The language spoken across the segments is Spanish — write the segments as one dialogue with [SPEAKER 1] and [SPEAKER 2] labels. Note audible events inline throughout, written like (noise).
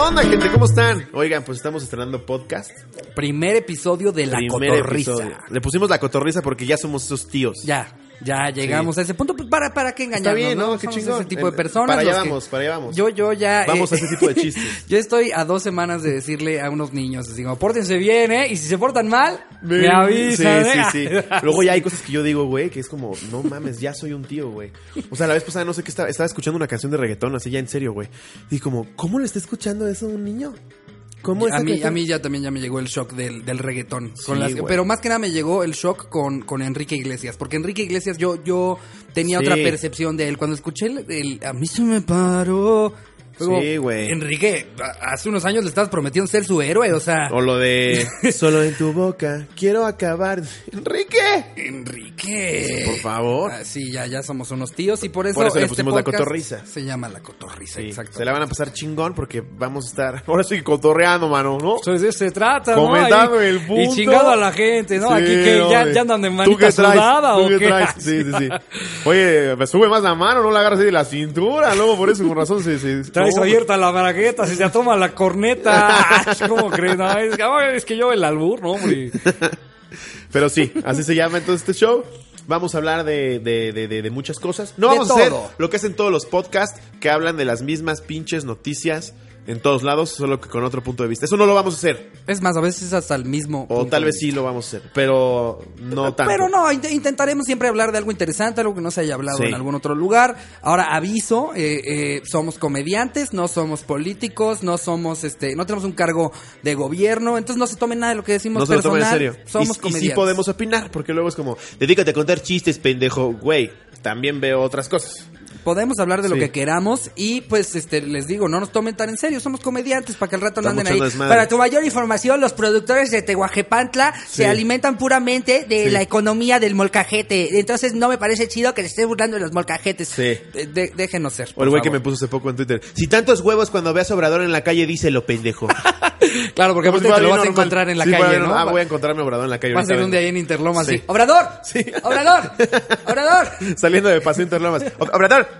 [SPEAKER 1] onda, gente? ¿Cómo están? Oigan, pues estamos estrenando podcast.
[SPEAKER 2] Primer episodio de La
[SPEAKER 1] Primer
[SPEAKER 2] Cotorrisa.
[SPEAKER 1] episodio. Le pusimos la cotorriza porque ya somos esos tíos.
[SPEAKER 2] Ya, ya llegamos a ese punto. Pues, ¿Para, para qué engañarnos?
[SPEAKER 1] Está bien, ¿no? Qué
[SPEAKER 2] Somos
[SPEAKER 1] chingón.
[SPEAKER 2] ese tipo de
[SPEAKER 1] Eh,
[SPEAKER 2] personas.
[SPEAKER 1] para allá
[SPEAKER 2] los que-
[SPEAKER 1] vamos, para allá vamos.
[SPEAKER 2] Yo, yo ya... eh,
[SPEAKER 1] Vamos a ese
[SPEAKER 2] (laughs)
[SPEAKER 1] tipo de chistes.
[SPEAKER 2] Yo estoy a dos semanas de decirle a unos niños, así como, pórtense bien, ¿eh? Y si se portan mal, me avisan,
[SPEAKER 1] Sí,
[SPEAKER 2] ¿eh?
[SPEAKER 1] sí, sí.
[SPEAKER 2] (laughs)
[SPEAKER 1] Luego ya hay cosas que yo digo, güey, que es como, no mames, ya soy un tío, güey. O sea, la vez pasada no sé qué estaba, estaba escuchando una canción de reggaetón, así ya en serio, güey. Y como, ¿cómo le está escuchando eso a un niño? ¿Cómo
[SPEAKER 2] A
[SPEAKER 1] esa
[SPEAKER 2] mí,
[SPEAKER 1] canción-
[SPEAKER 2] a mí ya también ya me llegó el shock del, del reggaetón.
[SPEAKER 1] Sí,
[SPEAKER 2] Con las-
[SPEAKER 1] güey.
[SPEAKER 2] pero más que nada me llegó el shock con, con Enrique Iglesias. Porque Enrique Iglesias yo, yo tenía
[SPEAKER 1] Sí.
[SPEAKER 2] otra percepción de él. Cuando escuché el, el- a mí se me paró. fue como,
[SPEAKER 1] Sí, güey.
[SPEAKER 2] Enrique, a- hace unos años le estabas prometiendo ser su héroe, o sea.
[SPEAKER 1] O lo
[SPEAKER 2] (laughs)
[SPEAKER 1] de, solo en tu boca, quiero acabar. ¡Enrique!
[SPEAKER 2] Enrique.
[SPEAKER 1] Por favor.
[SPEAKER 2] Ah, sí, ya, ya somos unos tíos y por eso.
[SPEAKER 1] Por eso le
[SPEAKER 2] este
[SPEAKER 1] pusimos La
[SPEAKER 2] podcast
[SPEAKER 1] Cotorrisa.
[SPEAKER 2] Se llama La Cotorrisa,
[SPEAKER 1] Sí,
[SPEAKER 2] exacto.
[SPEAKER 1] se la van a pasar chingón porque vamos a estar, (laughs) ahora sí, cotorreando, mano, ¿no?
[SPEAKER 2] Eso de eso se trata,
[SPEAKER 1] Comentando
[SPEAKER 2] ¿no? Ahí-
[SPEAKER 1] el
[SPEAKER 2] Y
[SPEAKER 1] punto.
[SPEAKER 2] chingado a la gente, ¿no?
[SPEAKER 1] Sí,
[SPEAKER 2] Aquí que ya,
[SPEAKER 1] hombre.
[SPEAKER 2] ya andan de
[SPEAKER 1] ¿Tú
[SPEAKER 2] manita
[SPEAKER 1] qué traes?
[SPEAKER 2] sudada
[SPEAKER 1] ¿Tú
[SPEAKER 2] o
[SPEAKER 1] qué
[SPEAKER 2] qué.
[SPEAKER 1] traes? Sí, sí, sí. Oye, me sube más la mano, no la agarras de la cintura, luego por eso, con razón se... se
[SPEAKER 2] Traes
[SPEAKER 1] no,
[SPEAKER 2] abierta la bragueta, se te atoma la (laughs) corneta. ¿Cómo crees? No, es, que- ay, es que yo el albur, ¿no, hombre?
[SPEAKER 1] Pero sí, así se llama entonces este show. Vamos a hablar de, de- de- de- de muchas cosas. No
[SPEAKER 2] De
[SPEAKER 1] vamos a hacer
[SPEAKER 2] todo.
[SPEAKER 1] lo que hacen todos los podcasts, que hablan de las mismas pinches noticias en todos lados, solo que con otro punto de vista. Eso no lo vamos a hacer,
[SPEAKER 2] Es más, a veces hasta el mismo.
[SPEAKER 1] o
[SPEAKER 2] punto
[SPEAKER 1] tal
[SPEAKER 2] de
[SPEAKER 1] vez
[SPEAKER 2] vista.
[SPEAKER 1] sí lo vamos a hacer, pero no tanto.
[SPEAKER 2] Pero no, int- intentaremos siempre hablar de algo interesante, algo que no se haya hablado
[SPEAKER 1] Sí.
[SPEAKER 2] en algún otro lugar. Ahora, aviso, eh, eh, somos comediantes, no somos políticos, no somos, este, no tenemos un cargo de gobierno, entonces no se tomen nada de lo que decimos
[SPEAKER 1] No se lo
[SPEAKER 2] personal.
[SPEAKER 1] tomen en serio. y,
[SPEAKER 2] Somos
[SPEAKER 1] y
[SPEAKER 2] comediantes.
[SPEAKER 1] sí podemos opinar, porque luego es como, dedícate a contar chistes, pendejo, güey. También veo otras cosas.
[SPEAKER 2] Podemos hablar de lo
[SPEAKER 1] Sí.
[SPEAKER 2] que queramos y pues este les digo, no nos tomen tan en serio, somos comediantes para que al rato
[SPEAKER 1] Estamos
[SPEAKER 2] no anden ahí.
[SPEAKER 1] echando desmadre.
[SPEAKER 2] Para tu mayor información, los productores de Tehuajepantla
[SPEAKER 1] Sí.
[SPEAKER 2] se alimentan puramente de
[SPEAKER 1] Sí.
[SPEAKER 2] la economía del molcajete. Entonces no me parece chido que le estés burlando de los molcajetes.
[SPEAKER 1] Sí.
[SPEAKER 2] De- de- déjenos
[SPEAKER 1] O
[SPEAKER 2] ser.
[SPEAKER 1] el
[SPEAKER 2] por
[SPEAKER 1] güey que me
[SPEAKER 2] favor.
[SPEAKER 1] puso hace poco en Twitter. Si tantos huevos cuando veas a Obrador en la calle, díselo,
[SPEAKER 2] (laughs)
[SPEAKER 1] pendejo.
[SPEAKER 2] Claro, porque
[SPEAKER 1] Como
[SPEAKER 2] aparte
[SPEAKER 1] si
[SPEAKER 2] te
[SPEAKER 1] fuera
[SPEAKER 2] lo vas a
[SPEAKER 1] bien normal.
[SPEAKER 2] encontrar en la
[SPEAKER 1] Sí, fuera
[SPEAKER 2] calle,
[SPEAKER 1] bien
[SPEAKER 2] ¿no?
[SPEAKER 1] normal. Ah, voy a
[SPEAKER 2] Va
[SPEAKER 1] encontrarme a Obrador en la calle.
[SPEAKER 2] va a ser
[SPEAKER 1] ahorita
[SPEAKER 2] un día ahí
[SPEAKER 1] vengo.
[SPEAKER 2] en Interlomas.
[SPEAKER 1] Sí.
[SPEAKER 2] así, ¡Obrador!
[SPEAKER 1] Sí.
[SPEAKER 2] (laughs) ¡Obrador! ¡Obrador!
[SPEAKER 1] (laughs) Saliendo de Paseo Interlomas. Ob- ¡Obrador!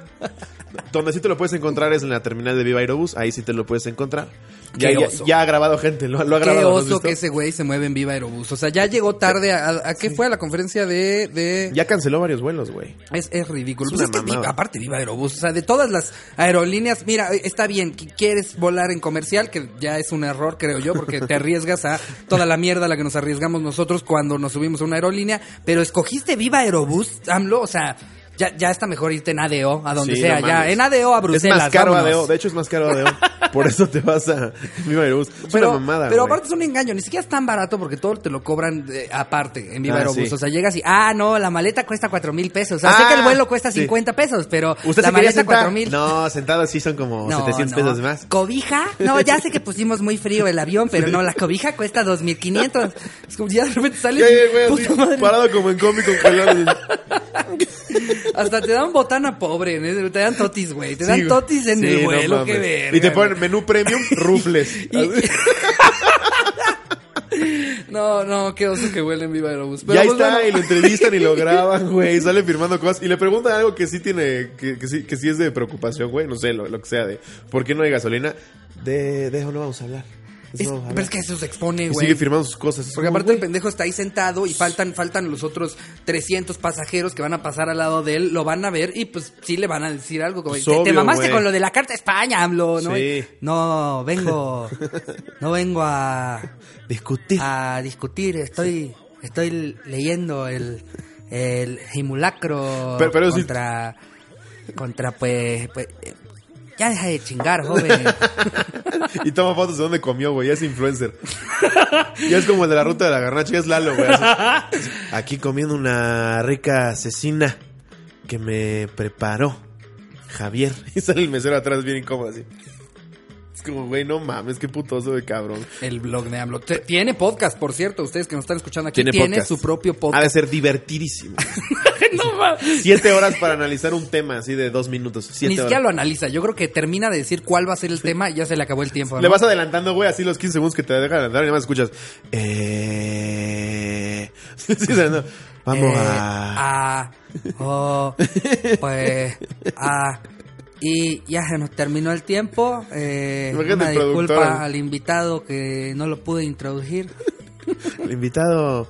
[SPEAKER 1] Donde sí te lo puedes encontrar es en la terminal de Viva Aerobús. Ahí sí te lo puedes encontrar. Ya,
[SPEAKER 2] Qué
[SPEAKER 1] ya-
[SPEAKER 2] oso.
[SPEAKER 1] ya ha grabado gente. Lo, lo ha
[SPEAKER 2] Qué
[SPEAKER 1] grabado. ¿lo has
[SPEAKER 2] oso
[SPEAKER 1] visto?
[SPEAKER 2] que ese güey se mueve en Viva Aerobús. O sea, ya llegó tarde a, a- a qué fue a la conferencia de, de...
[SPEAKER 1] Ya canceló varios vuelos, güey.
[SPEAKER 2] Es, es ridículo.
[SPEAKER 1] Es
[SPEAKER 2] Pues
[SPEAKER 1] una
[SPEAKER 2] es que vi-
[SPEAKER 1] mamada.
[SPEAKER 2] aparte viva Aerobús. O sea, de todas las aerolíneas, mira, eh, está bien, que quieres volar en comercial, que ya es un error, creo yo, porque te arriesgas a toda la mierda a la que nos arriesgamos nosotros cuando nos subimos a una aerolínea, pero escogiste viva Aerobús, AMLO, o sea, ya, ya está mejor irte en ADO, a donde
[SPEAKER 1] Sí,
[SPEAKER 2] sea,
[SPEAKER 1] no
[SPEAKER 2] ya,
[SPEAKER 1] mames.
[SPEAKER 2] en ADO a Bruselas.
[SPEAKER 1] Es más caro
[SPEAKER 2] vámonos.
[SPEAKER 1] ADO. De hecho, es más caro ADO.
[SPEAKER 2] (laughs)
[SPEAKER 1] Por eso te vas a Viva Aerobús. Es
[SPEAKER 2] Pero,
[SPEAKER 1] una mamada,
[SPEAKER 2] pero
[SPEAKER 1] güey.
[SPEAKER 2] aparte es un engaño, ni siquiera es tan barato porque todo te lo cobran eh, aparte en Viva
[SPEAKER 1] Ah,
[SPEAKER 2] Aerobús.
[SPEAKER 1] sí.
[SPEAKER 2] O sea, llegas y, ah, no, la maleta cuesta cuatro mil pesos. O sea, sé
[SPEAKER 1] Ah,
[SPEAKER 2] que el vuelo cuesta
[SPEAKER 1] sí.
[SPEAKER 2] 50 pesos, pero
[SPEAKER 1] ¿Usted se
[SPEAKER 2] la
[SPEAKER 1] quería
[SPEAKER 2] maleta
[SPEAKER 1] sentar?
[SPEAKER 2] cuatro mil.
[SPEAKER 1] No, sentado sí son como 700 pesos
[SPEAKER 2] no.
[SPEAKER 1] más.
[SPEAKER 2] ¿Cobija? No, ya sé que pusimos muy frío el avión, pero no, la cobija cuesta 2.500. Es como ya de repente sales.
[SPEAKER 1] Ya,
[SPEAKER 2] y,
[SPEAKER 1] ya, güey,
[SPEAKER 2] puta
[SPEAKER 1] así,
[SPEAKER 2] madre,
[SPEAKER 1] parado como en cómico.
[SPEAKER 2] Hasta te dan botana pobre, ¿eh? te dan totis, güey. Te
[SPEAKER 1] Sí,
[SPEAKER 2] dan
[SPEAKER 1] güey.
[SPEAKER 2] totis en
[SPEAKER 1] Sí,
[SPEAKER 2] el
[SPEAKER 1] no
[SPEAKER 2] vuelo,
[SPEAKER 1] mames.
[SPEAKER 2] qué verga.
[SPEAKER 1] Y te
[SPEAKER 2] güey.
[SPEAKER 1] ponen menú
[SPEAKER 2] (laughs)
[SPEAKER 1] premium, rufles.
[SPEAKER 2] No, no, qué oso que huele en Viva Aerobús.
[SPEAKER 1] y ahí
[SPEAKER 2] pues,
[SPEAKER 1] está,
[SPEAKER 2] bueno.
[SPEAKER 1] y lo entrevistan y lo graban, güey. y Sale firmando cosas. Y le preguntan algo que sí tiene, que, que sí, que sí es de preocupación, güey. No sé, lo, lo que sea de. ¿Por qué no hay gasolina? De, de eso no vamos a hablar. De
[SPEAKER 2] (laughs) Es-
[SPEAKER 1] eso no vamos a
[SPEAKER 2] pero
[SPEAKER 1] hablar.
[SPEAKER 2] es que eso se expone,
[SPEAKER 1] Y
[SPEAKER 2] güey.
[SPEAKER 1] sigue firmando sus cosas. Es
[SPEAKER 2] Porque
[SPEAKER 1] como,
[SPEAKER 2] aparte el
[SPEAKER 1] güey,
[SPEAKER 2] pendejo está ahí sentado y faltan faltan los otros 300 pasajeros que van a pasar al lado de él, lo van a ver y pues sí le van a decir algo como
[SPEAKER 1] Pues
[SPEAKER 2] te, te
[SPEAKER 1] obvio,
[SPEAKER 2] mamaste
[SPEAKER 1] güey.
[SPEAKER 2] con lo de la carta España, AMLO, ¿no?
[SPEAKER 1] Sí.
[SPEAKER 2] Y, No,
[SPEAKER 1] (laughs)
[SPEAKER 2] vengo no vengo a
[SPEAKER 1] Discutir.
[SPEAKER 2] a discutir, estoy estoy leyendo el el simulacro
[SPEAKER 1] Pero- pero sí-
[SPEAKER 2] contra contra pues, pues eh, ya deja de
[SPEAKER 1] (laughs)
[SPEAKER 2] chingar, joven.
[SPEAKER 1] Y toma fotos de dónde comió, güey. Ya es
[SPEAKER 2] (laughs)
[SPEAKER 1] influencer. ya es como el de la ruta de la garnacha. Ya es Lalo, güey. así. Aquí comiendo una rica asesina que me preparó Javier. (laughs) Y sale el mesero atrás bien incómodo así. Es como, güey, no mames, qué putoso de cabrón.
[SPEAKER 2] El blog de AMLO. Te- Tiene podcast, por cierto, ustedes que nos están escuchando aquí.
[SPEAKER 1] Tiene
[SPEAKER 2] Tiene,
[SPEAKER 1] podcast. Ah,
[SPEAKER 2] su propio
[SPEAKER 1] Ha
[SPEAKER 2] podcast.
[SPEAKER 1] de ser divertidísimo.
[SPEAKER 2] (laughs) no va.
[SPEAKER 1] Siete horas para analizar un tema así de dos minutos. Siete
[SPEAKER 2] Ni siquiera
[SPEAKER 1] horas.
[SPEAKER 2] lo analiza. Yo creo que termina de decir cuál va a ser el tema y ya se le acabó el tiempo. ¿no?
[SPEAKER 1] Le vas adelantando, güey, así los 15 segundos que te dejan adelantar y nada más escuchas. Eh... (laughs) Sí, sí, no. Vamos
[SPEAKER 2] Eh,
[SPEAKER 1] a...
[SPEAKER 2] a- o- pues. A. Y ya se nos terminó el tiempo. Eh,
[SPEAKER 1] Imagínate
[SPEAKER 2] una
[SPEAKER 1] el productor.
[SPEAKER 2] disculpa al invitado que no lo pude introducir.
[SPEAKER 1] El invitado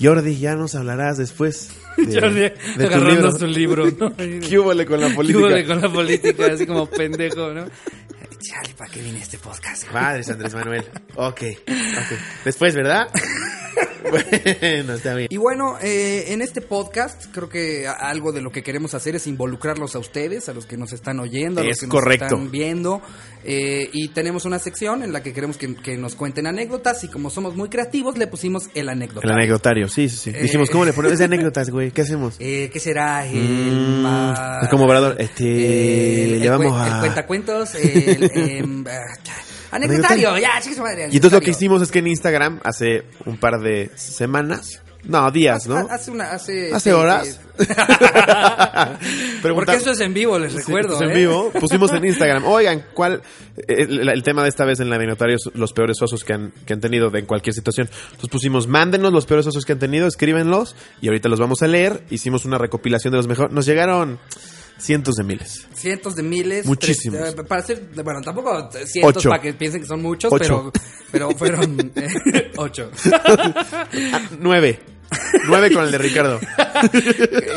[SPEAKER 1] Jordi, ya nos hablarás
[SPEAKER 2] (laughs)
[SPEAKER 1] después. De,
[SPEAKER 2] Jordi
[SPEAKER 1] de tu
[SPEAKER 2] agarrando
[SPEAKER 1] libro.
[SPEAKER 2] su libro.
[SPEAKER 1] (laughs)
[SPEAKER 2] ¿no?
[SPEAKER 1] ¿Qué húbole con la
[SPEAKER 2] ¿Qué hubo de
[SPEAKER 1] política?
[SPEAKER 2] con la política? Así como pendejo, ¿no? Chale, ¿para qué viene este podcast?
[SPEAKER 1] Madres, Andrés Manuel. Ok,
[SPEAKER 2] (laughs)
[SPEAKER 1] ok. Después, ¿verdad? bueno, está bien.
[SPEAKER 2] Y bueno, eh, en este podcast creo que a- algo de lo que queremos hacer es involucrarlos a ustedes, a los que nos están oyendo, a los
[SPEAKER 1] Es
[SPEAKER 2] que
[SPEAKER 1] correcto.
[SPEAKER 2] nos están viendo. eh, y tenemos una sección en la que queremos que, que nos cuenten anécdotas y como somos muy creativos le pusimos el anécdota.
[SPEAKER 1] El anecdotario, sí, sí, sí.
[SPEAKER 2] Eh.
[SPEAKER 1] Dijimos, ¿cómo le ponemos? Es de anécdotas, güey. ¿Qué hacemos?
[SPEAKER 2] Eh, ¿Qué será? El,
[SPEAKER 1] Mm,
[SPEAKER 2] ma-
[SPEAKER 1] es como Obrador, este,
[SPEAKER 2] el- el
[SPEAKER 1] le vamos
[SPEAKER 2] cuen-
[SPEAKER 1] a-
[SPEAKER 2] El cuentacuentos.
[SPEAKER 1] (laughs)
[SPEAKER 2] El, em, ah, anecdotario, ya, chicos, madre.
[SPEAKER 1] Y entonces lo
[SPEAKER 2] anecdotario.
[SPEAKER 1] que hicimos es que en Instagram hace un par de semanas, no, días, ¿no? (laughs)
[SPEAKER 2] Ha- Hace una. Hace,
[SPEAKER 1] Hace
[SPEAKER 2] sí,
[SPEAKER 1] horas.
[SPEAKER 2] sí. (laughs) Porque
[SPEAKER 1] Pregunta-
[SPEAKER 2] eso es en vivo, les
[SPEAKER 1] Sí,
[SPEAKER 2] recuerdo.
[SPEAKER 1] esto es
[SPEAKER 2] ¿eh?
[SPEAKER 1] en vivo. Pusimos en Instagram. Oigan, ¿cuál? El, el tema de esta vez en la anecdotario es los peores osos que han, que han tenido de, en cualquier situación. Entonces pusimos, mándenos los peores osos que han tenido, escríbenlos y ahorita los vamos a leer. Hicimos una recopilación de los mejores. Nos llegaron cientos de miles.
[SPEAKER 2] Cientos de miles.
[SPEAKER 1] Muchísimos.
[SPEAKER 2] tres- eh, para ser, bueno, tampoco cientos
[SPEAKER 1] Ocho.
[SPEAKER 2] para que piensen que son muchos,
[SPEAKER 1] Ocho.
[SPEAKER 2] pero pero fueron eh, (laughs) ocho.
[SPEAKER 1] Ah, nueve. Nueve con el de Ricardo.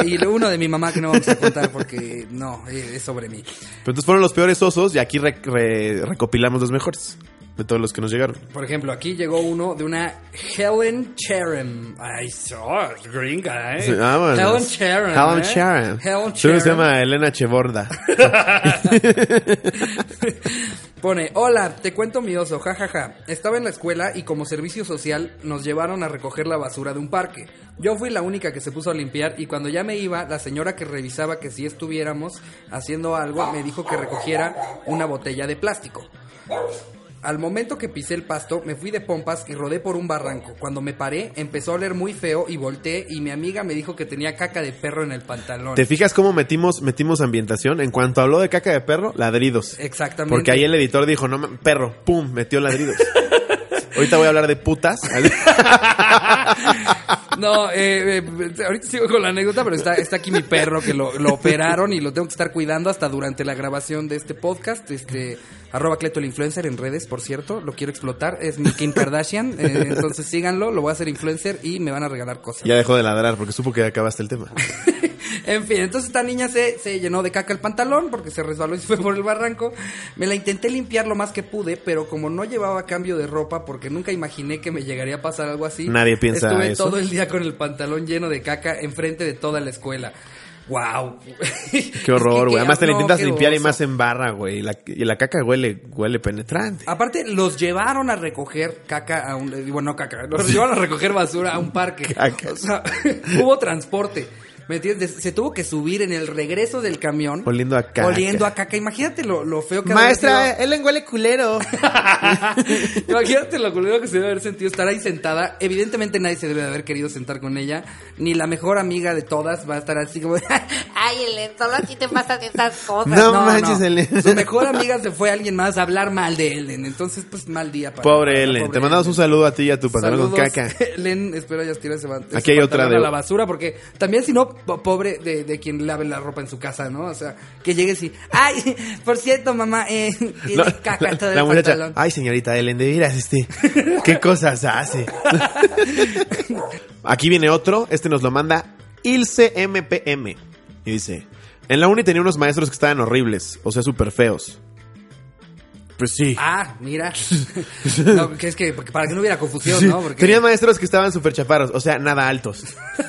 [SPEAKER 2] y lo- uno de mi mamá que no vamos a contar porque no, eh, es sobre mí.
[SPEAKER 1] Pero entonces fueron los peores osos y aquí re- re- recopilamos los mejores de todos los que nos llegaron.
[SPEAKER 2] Por ejemplo, aquí llegó uno de una Helen Cherem. Ay, so, gringa, ¿eh?
[SPEAKER 1] Sí, vámonos.
[SPEAKER 2] Helen Cherem.
[SPEAKER 1] Helen
[SPEAKER 2] ¿eh?
[SPEAKER 1] Sharon.
[SPEAKER 2] Helen
[SPEAKER 1] Su nombre se
[SPEAKER 2] Cherem.
[SPEAKER 1] llama Elena Cheborda.
[SPEAKER 2] Pone, hola, te cuento mi oso, jajaja. Estaba en la escuela y como servicio social nos llevaron a recoger la basura de un parque. Yo fui la única que se puso a limpiar y cuando ya me iba, la señora que revisaba que si estuviéramos haciendo algo me dijo que recogiera una botella de plástico. Al momento que pisé el pasto, me fui de pompas y rodé por un barranco. Cuando me paré, empezó a oler muy feo y volteé y mi amiga me dijo que tenía caca de perro en el pantalón.
[SPEAKER 1] ¿Te fijas cómo metimos, metimos ambientación? En cuanto habló de caca de perro, ladridos.
[SPEAKER 2] Exactamente.
[SPEAKER 1] Porque ahí el editor dijo, no, ma- perro, pum, metió
[SPEAKER 2] (laughs)
[SPEAKER 1] ladridos. Ahorita voy a hablar de putas.
[SPEAKER 2] No, eh, eh, ahorita sigo con la anécdota, pero está, está aquí mi perro que lo, lo operaron y lo tengo que estar cuidando hasta durante la grabación de este podcast. Este, arroba Cleto el Influencer en redes, por cierto, lo quiero explotar. Es mi Kim Kardashian, eh, entonces síganlo, lo voy a hacer influencer y me van a regalar cosas.
[SPEAKER 1] ya dejó de ladrar porque supo que acabaste el tema.
[SPEAKER 2] En fin, entonces esta niña se, se llenó de caca el pantalón porque se resbaló y se fue por el barranco. Me la intenté limpiar lo más que pude, pero como no llevaba cambio de ropa porque nunca imaginé que me llegaría a pasar algo así.
[SPEAKER 1] Nadie piensa
[SPEAKER 2] Estuve
[SPEAKER 1] eso.
[SPEAKER 2] todo el día con el pantalón lleno de caca enfrente de toda la escuela. Wow.
[SPEAKER 1] Qué horror,
[SPEAKER 2] (laughs)
[SPEAKER 1] güey. Además te la intentas limpiar y
[SPEAKER 2] más
[SPEAKER 1] más en barra, güey. Y la, y la caca huele, huele penetrante.
[SPEAKER 2] Aparte, los llevaron a recoger caca a un. eh, Bueno, no caca, los llevaron a recoger basura a un parque.
[SPEAKER 1] Caca.
[SPEAKER 2] O sea, (laughs) hubo transporte. ¿Me entiendes? Se tuvo que subir en el regreso del camión.
[SPEAKER 1] Oliendo a caca.
[SPEAKER 2] Oliendo a caca. Imagínate lo, lo feo que ha de haber
[SPEAKER 1] Maestra, eh.
[SPEAKER 2] sido.
[SPEAKER 1] él huele culero.
[SPEAKER 2] (laughs) Imagínate lo culero que se debe haber sentido estar ahí sentada. Evidentemente nadie se debe de haber querido sentar con ella. Ni la mejor amiga de todas va a estar así (laughs) como. "Ah,
[SPEAKER 3] Ay, Elen, solo así te pasan estas cosas.
[SPEAKER 1] No manches, Ellen.
[SPEAKER 2] Su mejor amiga se fue a alguien más a hablar mal de Ellen. Entonces, pues mal día para para
[SPEAKER 1] Pobre
[SPEAKER 2] la
[SPEAKER 1] Ellen.
[SPEAKER 2] pobre
[SPEAKER 1] Te mandamos un saludo a ti y a tu pantalón Pues con
[SPEAKER 2] Saludos,
[SPEAKER 1] caca.
[SPEAKER 2] (laughs) Len, espero hayas tirado ese, ban- ese
[SPEAKER 1] Aquí hay otra
[SPEAKER 2] pantalón
[SPEAKER 1] de-
[SPEAKER 2] a la basura porque también si no po- pobre de, de quien lave la ropa en su casa, ¿no? O sea, que llegues y ay, (laughs) por cierto, mamá, eh, (laughs) tiene
[SPEAKER 1] No,
[SPEAKER 2] caca
[SPEAKER 1] la-
[SPEAKER 2] todo
[SPEAKER 1] la
[SPEAKER 2] el
[SPEAKER 1] muchacha, Ah.
[SPEAKER 2] pantalón.
[SPEAKER 1] ay señorita Ellen, de veras, este,
[SPEAKER 2] (laughs)
[SPEAKER 1] qué cosas hace. Aquí viene otro, este nos lo manda Ilse MPM. Y dice, en la uni tenía unos maestros que estaban horribles, o sea, súper feos. Pues sí.
[SPEAKER 2] Ah,
[SPEAKER 1] (laughs)
[SPEAKER 2] mira. No, que es que porque para que no hubiera confusión,
[SPEAKER 1] Sí.
[SPEAKER 2] ¿no? Porque
[SPEAKER 1] Tenían maestros que estaban súper chaparros, o sea, nada altos. (laughs)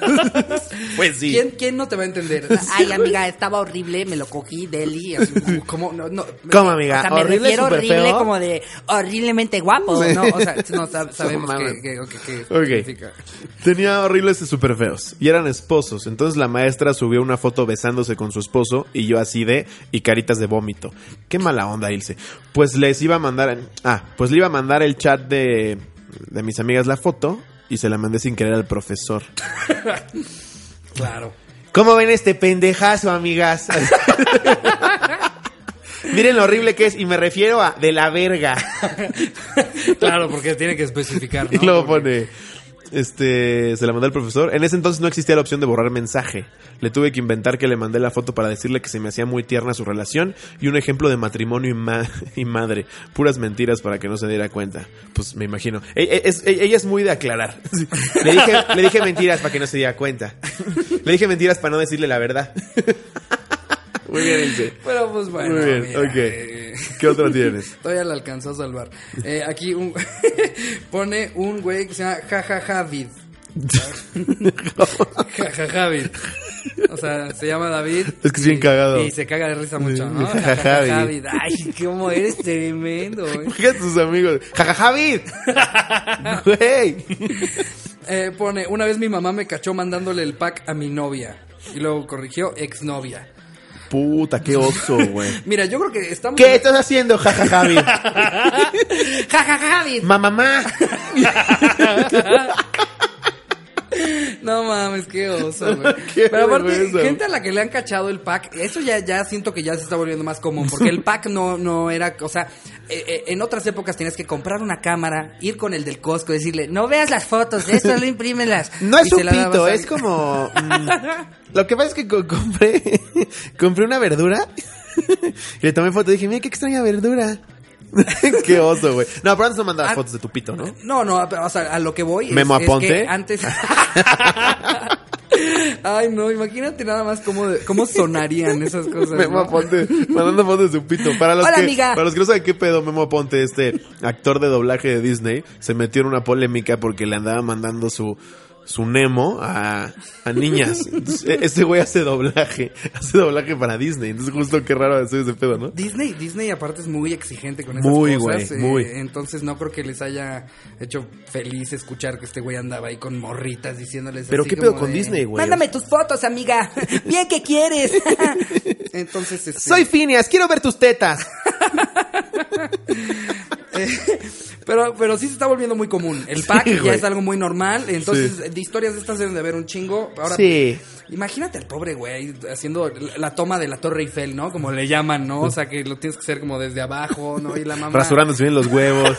[SPEAKER 1] pues sí.
[SPEAKER 2] ¿quién, ¿Quién no te va a
[SPEAKER 1] (laughs)
[SPEAKER 2] entender?
[SPEAKER 3] Ay, amiga, estaba horrible, me lo cogí, Deli. así,
[SPEAKER 2] ¿Cómo? No, no.
[SPEAKER 1] ¿Cómo, amiga?
[SPEAKER 3] O sea, Ah, me
[SPEAKER 1] Horrible,
[SPEAKER 3] refiero
[SPEAKER 1] súper
[SPEAKER 3] horrible
[SPEAKER 1] feo.
[SPEAKER 3] como de horriblemente guapo.
[SPEAKER 2] No,
[SPEAKER 3] ¿no?
[SPEAKER 2] o sea, no sab- sabemos
[SPEAKER 1] (laughs) No
[SPEAKER 2] que,
[SPEAKER 1] mames.
[SPEAKER 2] que, que- que
[SPEAKER 1] Ok.
[SPEAKER 2] significa.
[SPEAKER 1] Tenía horribles y súper feos. Y eran esposos. Entonces la maestra subió una foto besándose con su esposo y yo así de... y caritas de vómito. Qué mala onda, Ilse. Pues les iba a mandar... Ah, pues le iba a mandar el chat de... de mis amigas la foto y se la mandé sin querer al profesor.
[SPEAKER 2] Claro.
[SPEAKER 1] ¿Cómo ven este pendejazo, (laughs) amigas? Miren lo horrible que es y me refiero a de la verga.
[SPEAKER 2] Claro, porque tiene que especificar, ¿no?
[SPEAKER 1] (laughs) Y luego
[SPEAKER 2] Porque-
[SPEAKER 1] pone. Este, se la mandé al profesor. En ese entonces no existía la opción de borrar mensaje. Le tuve que inventar que le mandé la foto para decirle que se me hacía muy tierna su relación y un ejemplo de matrimonio y, ma- (laughs) y madre. Puras mentiras para que no se diera cuenta. Pues me imagino. E- e- es- e- ella es muy de aclarar. (laughs) Sí. Le, dije, le dije mentiras para que no se diera cuenta. (laughs) Le dije mentiras para no decirle la verdad. (laughs) Muy bien, Ilse.
[SPEAKER 2] Pero pues bueno.
[SPEAKER 1] Muy bien,
[SPEAKER 2] mira,
[SPEAKER 1] ok.
[SPEAKER 2] eh,
[SPEAKER 1] ¿Qué otra
[SPEAKER 2] (laughs)
[SPEAKER 1] tienes?
[SPEAKER 2] Todavía la alcanzó a salvar. Eh, aquí un- (laughs) pone un güey que se llama
[SPEAKER 1] (laughs)
[SPEAKER 2] Jajajavid. Jajajavid. O sea, se llama David.
[SPEAKER 1] Es que es bien
[SPEAKER 2] y-
[SPEAKER 1] cagado.
[SPEAKER 2] Y se caga de risa mucho, ¿no?
[SPEAKER 1] Jajajavid.
[SPEAKER 2] Jajajavid. Ay, cómo eres tremendo, eh. güey.
[SPEAKER 1] Fíjate tus amigos.
[SPEAKER 2] (laughs)
[SPEAKER 1] ¡Jajajavid! ¡Güey!
[SPEAKER 2] Eh, pone, una vez mi mamá me cachó mandándole el pack a mi novia. Y luego corrigió, exnovia.
[SPEAKER 1] Puta, qué oso, güey.
[SPEAKER 2] Mira, yo creo que estamos...
[SPEAKER 1] ¿Qué estás haciendo, jajajavid?
[SPEAKER 3] Jajajavid.
[SPEAKER 1] Mamamá.
[SPEAKER 2] No mames, qué oso, güey.
[SPEAKER 1] (laughs) Qué
[SPEAKER 2] Pero aparte,
[SPEAKER 1] vergüenza.
[SPEAKER 2] gente a la que le han cachado el pack, eso ya, ya siento que ya se está volviendo más común, porque el pack no, no era, o sea, eh, eh, en otras épocas tenías que comprar una cámara, ir con el del Costco, decirle, no veas las fotos, esto lo imprímelas.
[SPEAKER 1] (laughs) No es
[SPEAKER 2] Y se
[SPEAKER 1] un
[SPEAKER 2] la dabas
[SPEAKER 1] pito,
[SPEAKER 2] al-
[SPEAKER 1] es como. mm, lo que pasa es que co- compré, (laughs) compré una verdura (laughs) y le tomé foto. Dije, mira qué extraña verdura. (laughs) qué oso, güey. No, pero antes no mandabas
[SPEAKER 2] Ah.
[SPEAKER 1] fotos de tu pito, ¿no?
[SPEAKER 2] No, no, pero, o sea, a lo que voy es-
[SPEAKER 1] Memo
[SPEAKER 2] es,
[SPEAKER 1] Aponte.
[SPEAKER 2] que
[SPEAKER 1] (laughs)
[SPEAKER 2] antes... (laughs) Ay, no, imagínate nada más cómo, cómo sonarían esas cosas.
[SPEAKER 1] Memo
[SPEAKER 2] ¿no?
[SPEAKER 1] Aponte, mandando fotos de su pito. Para los,
[SPEAKER 3] Hola,
[SPEAKER 1] que,
[SPEAKER 3] amiga.
[SPEAKER 1] para los que no saben qué pedo, Memo Aponte, este actor de doblaje de Disney, se metió en una polémica porque le andaba mandando su su Nemo a, a niñas. Entonces, e- este güey hace doblaje, hace doblaje para Disney. Entonces, justo qué raro hacer ese pedo, ¿no?
[SPEAKER 2] Disney, Disney aparte es muy exigente con esas
[SPEAKER 1] Muy,
[SPEAKER 2] cosas. eh,
[SPEAKER 1] güey, muy.
[SPEAKER 2] Entonces no creo que les haya hecho feliz escuchar que este güey andaba ahí con morritas diciéndoles
[SPEAKER 1] Pero
[SPEAKER 2] así
[SPEAKER 1] qué pedo
[SPEAKER 2] como
[SPEAKER 1] con
[SPEAKER 2] de-
[SPEAKER 1] Disney, güey.
[SPEAKER 3] Mándame tus fotos, amiga. (laughs) Bien que quieres.
[SPEAKER 2] Entonces, este,
[SPEAKER 1] Soy Phineas, quiero ver tus tetas.
[SPEAKER 2] pero, pero sí se está volviendo muy común. El pack
[SPEAKER 1] Sí,
[SPEAKER 2] ya
[SPEAKER 1] güey.
[SPEAKER 2] es algo muy normal. Entonces, de historias de estas deben de haber un chingo. Ahora,
[SPEAKER 1] sí.
[SPEAKER 2] Imagínate al pobre güey haciendo la la toma de la Torre Eiffel, ¿no? Como le llaman, ¿no? O sea, que lo tienes que hacer como desde abajo, ¿no? Y la mamá...
[SPEAKER 1] Rasurándose bien los huevos.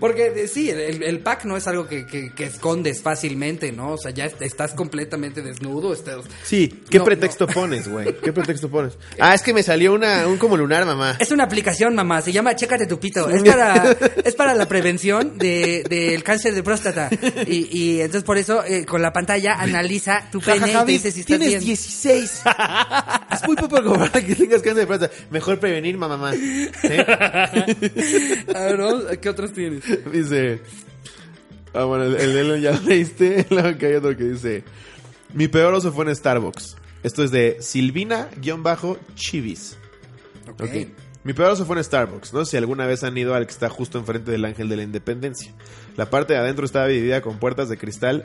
[SPEAKER 2] Porque eh, sí, el, el pack no es algo que, que- que escondes fácilmente, ¿no? O sea, ya est- estás completamente desnudo, estás...
[SPEAKER 1] Sí, ¿qué
[SPEAKER 2] No,
[SPEAKER 1] pretexto pones, güey? ¿Qué pretexto pones? Ah, es que me salió una, un como lunar, mamá.
[SPEAKER 2] Es una aplicación, mamá, se llama Chécate tu pito.
[SPEAKER 1] (laughs)
[SPEAKER 2] Es para, es para la prevención de- del cáncer de próstata. Y, y entonces por eso eh, con la pantalla analiza tu pene y te dice si estás bien.
[SPEAKER 1] 16. es muy poco (laughs)
[SPEAKER 2] (laughs)
[SPEAKER 1] como para que tengas cáncer de plata. Mejor prevenir, mamá. mamá. ¿Eh?
[SPEAKER 2] A ver, vamos, Ah, ¿qué otras tienes?
[SPEAKER 1] Dice. Ah, bueno, el el Elon ya lo leíste. (laughs) Luego que hay otro que dice. Mi peor oso fue en Starbucks. Esto es de Silvina-Chivis. Ok. Mi peor oso fue en Starbucks. No sé si alguna vez han ido al que está justo enfrente del Ángel de la Independencia. La parte de adentro estaba dividida con puertas de cristal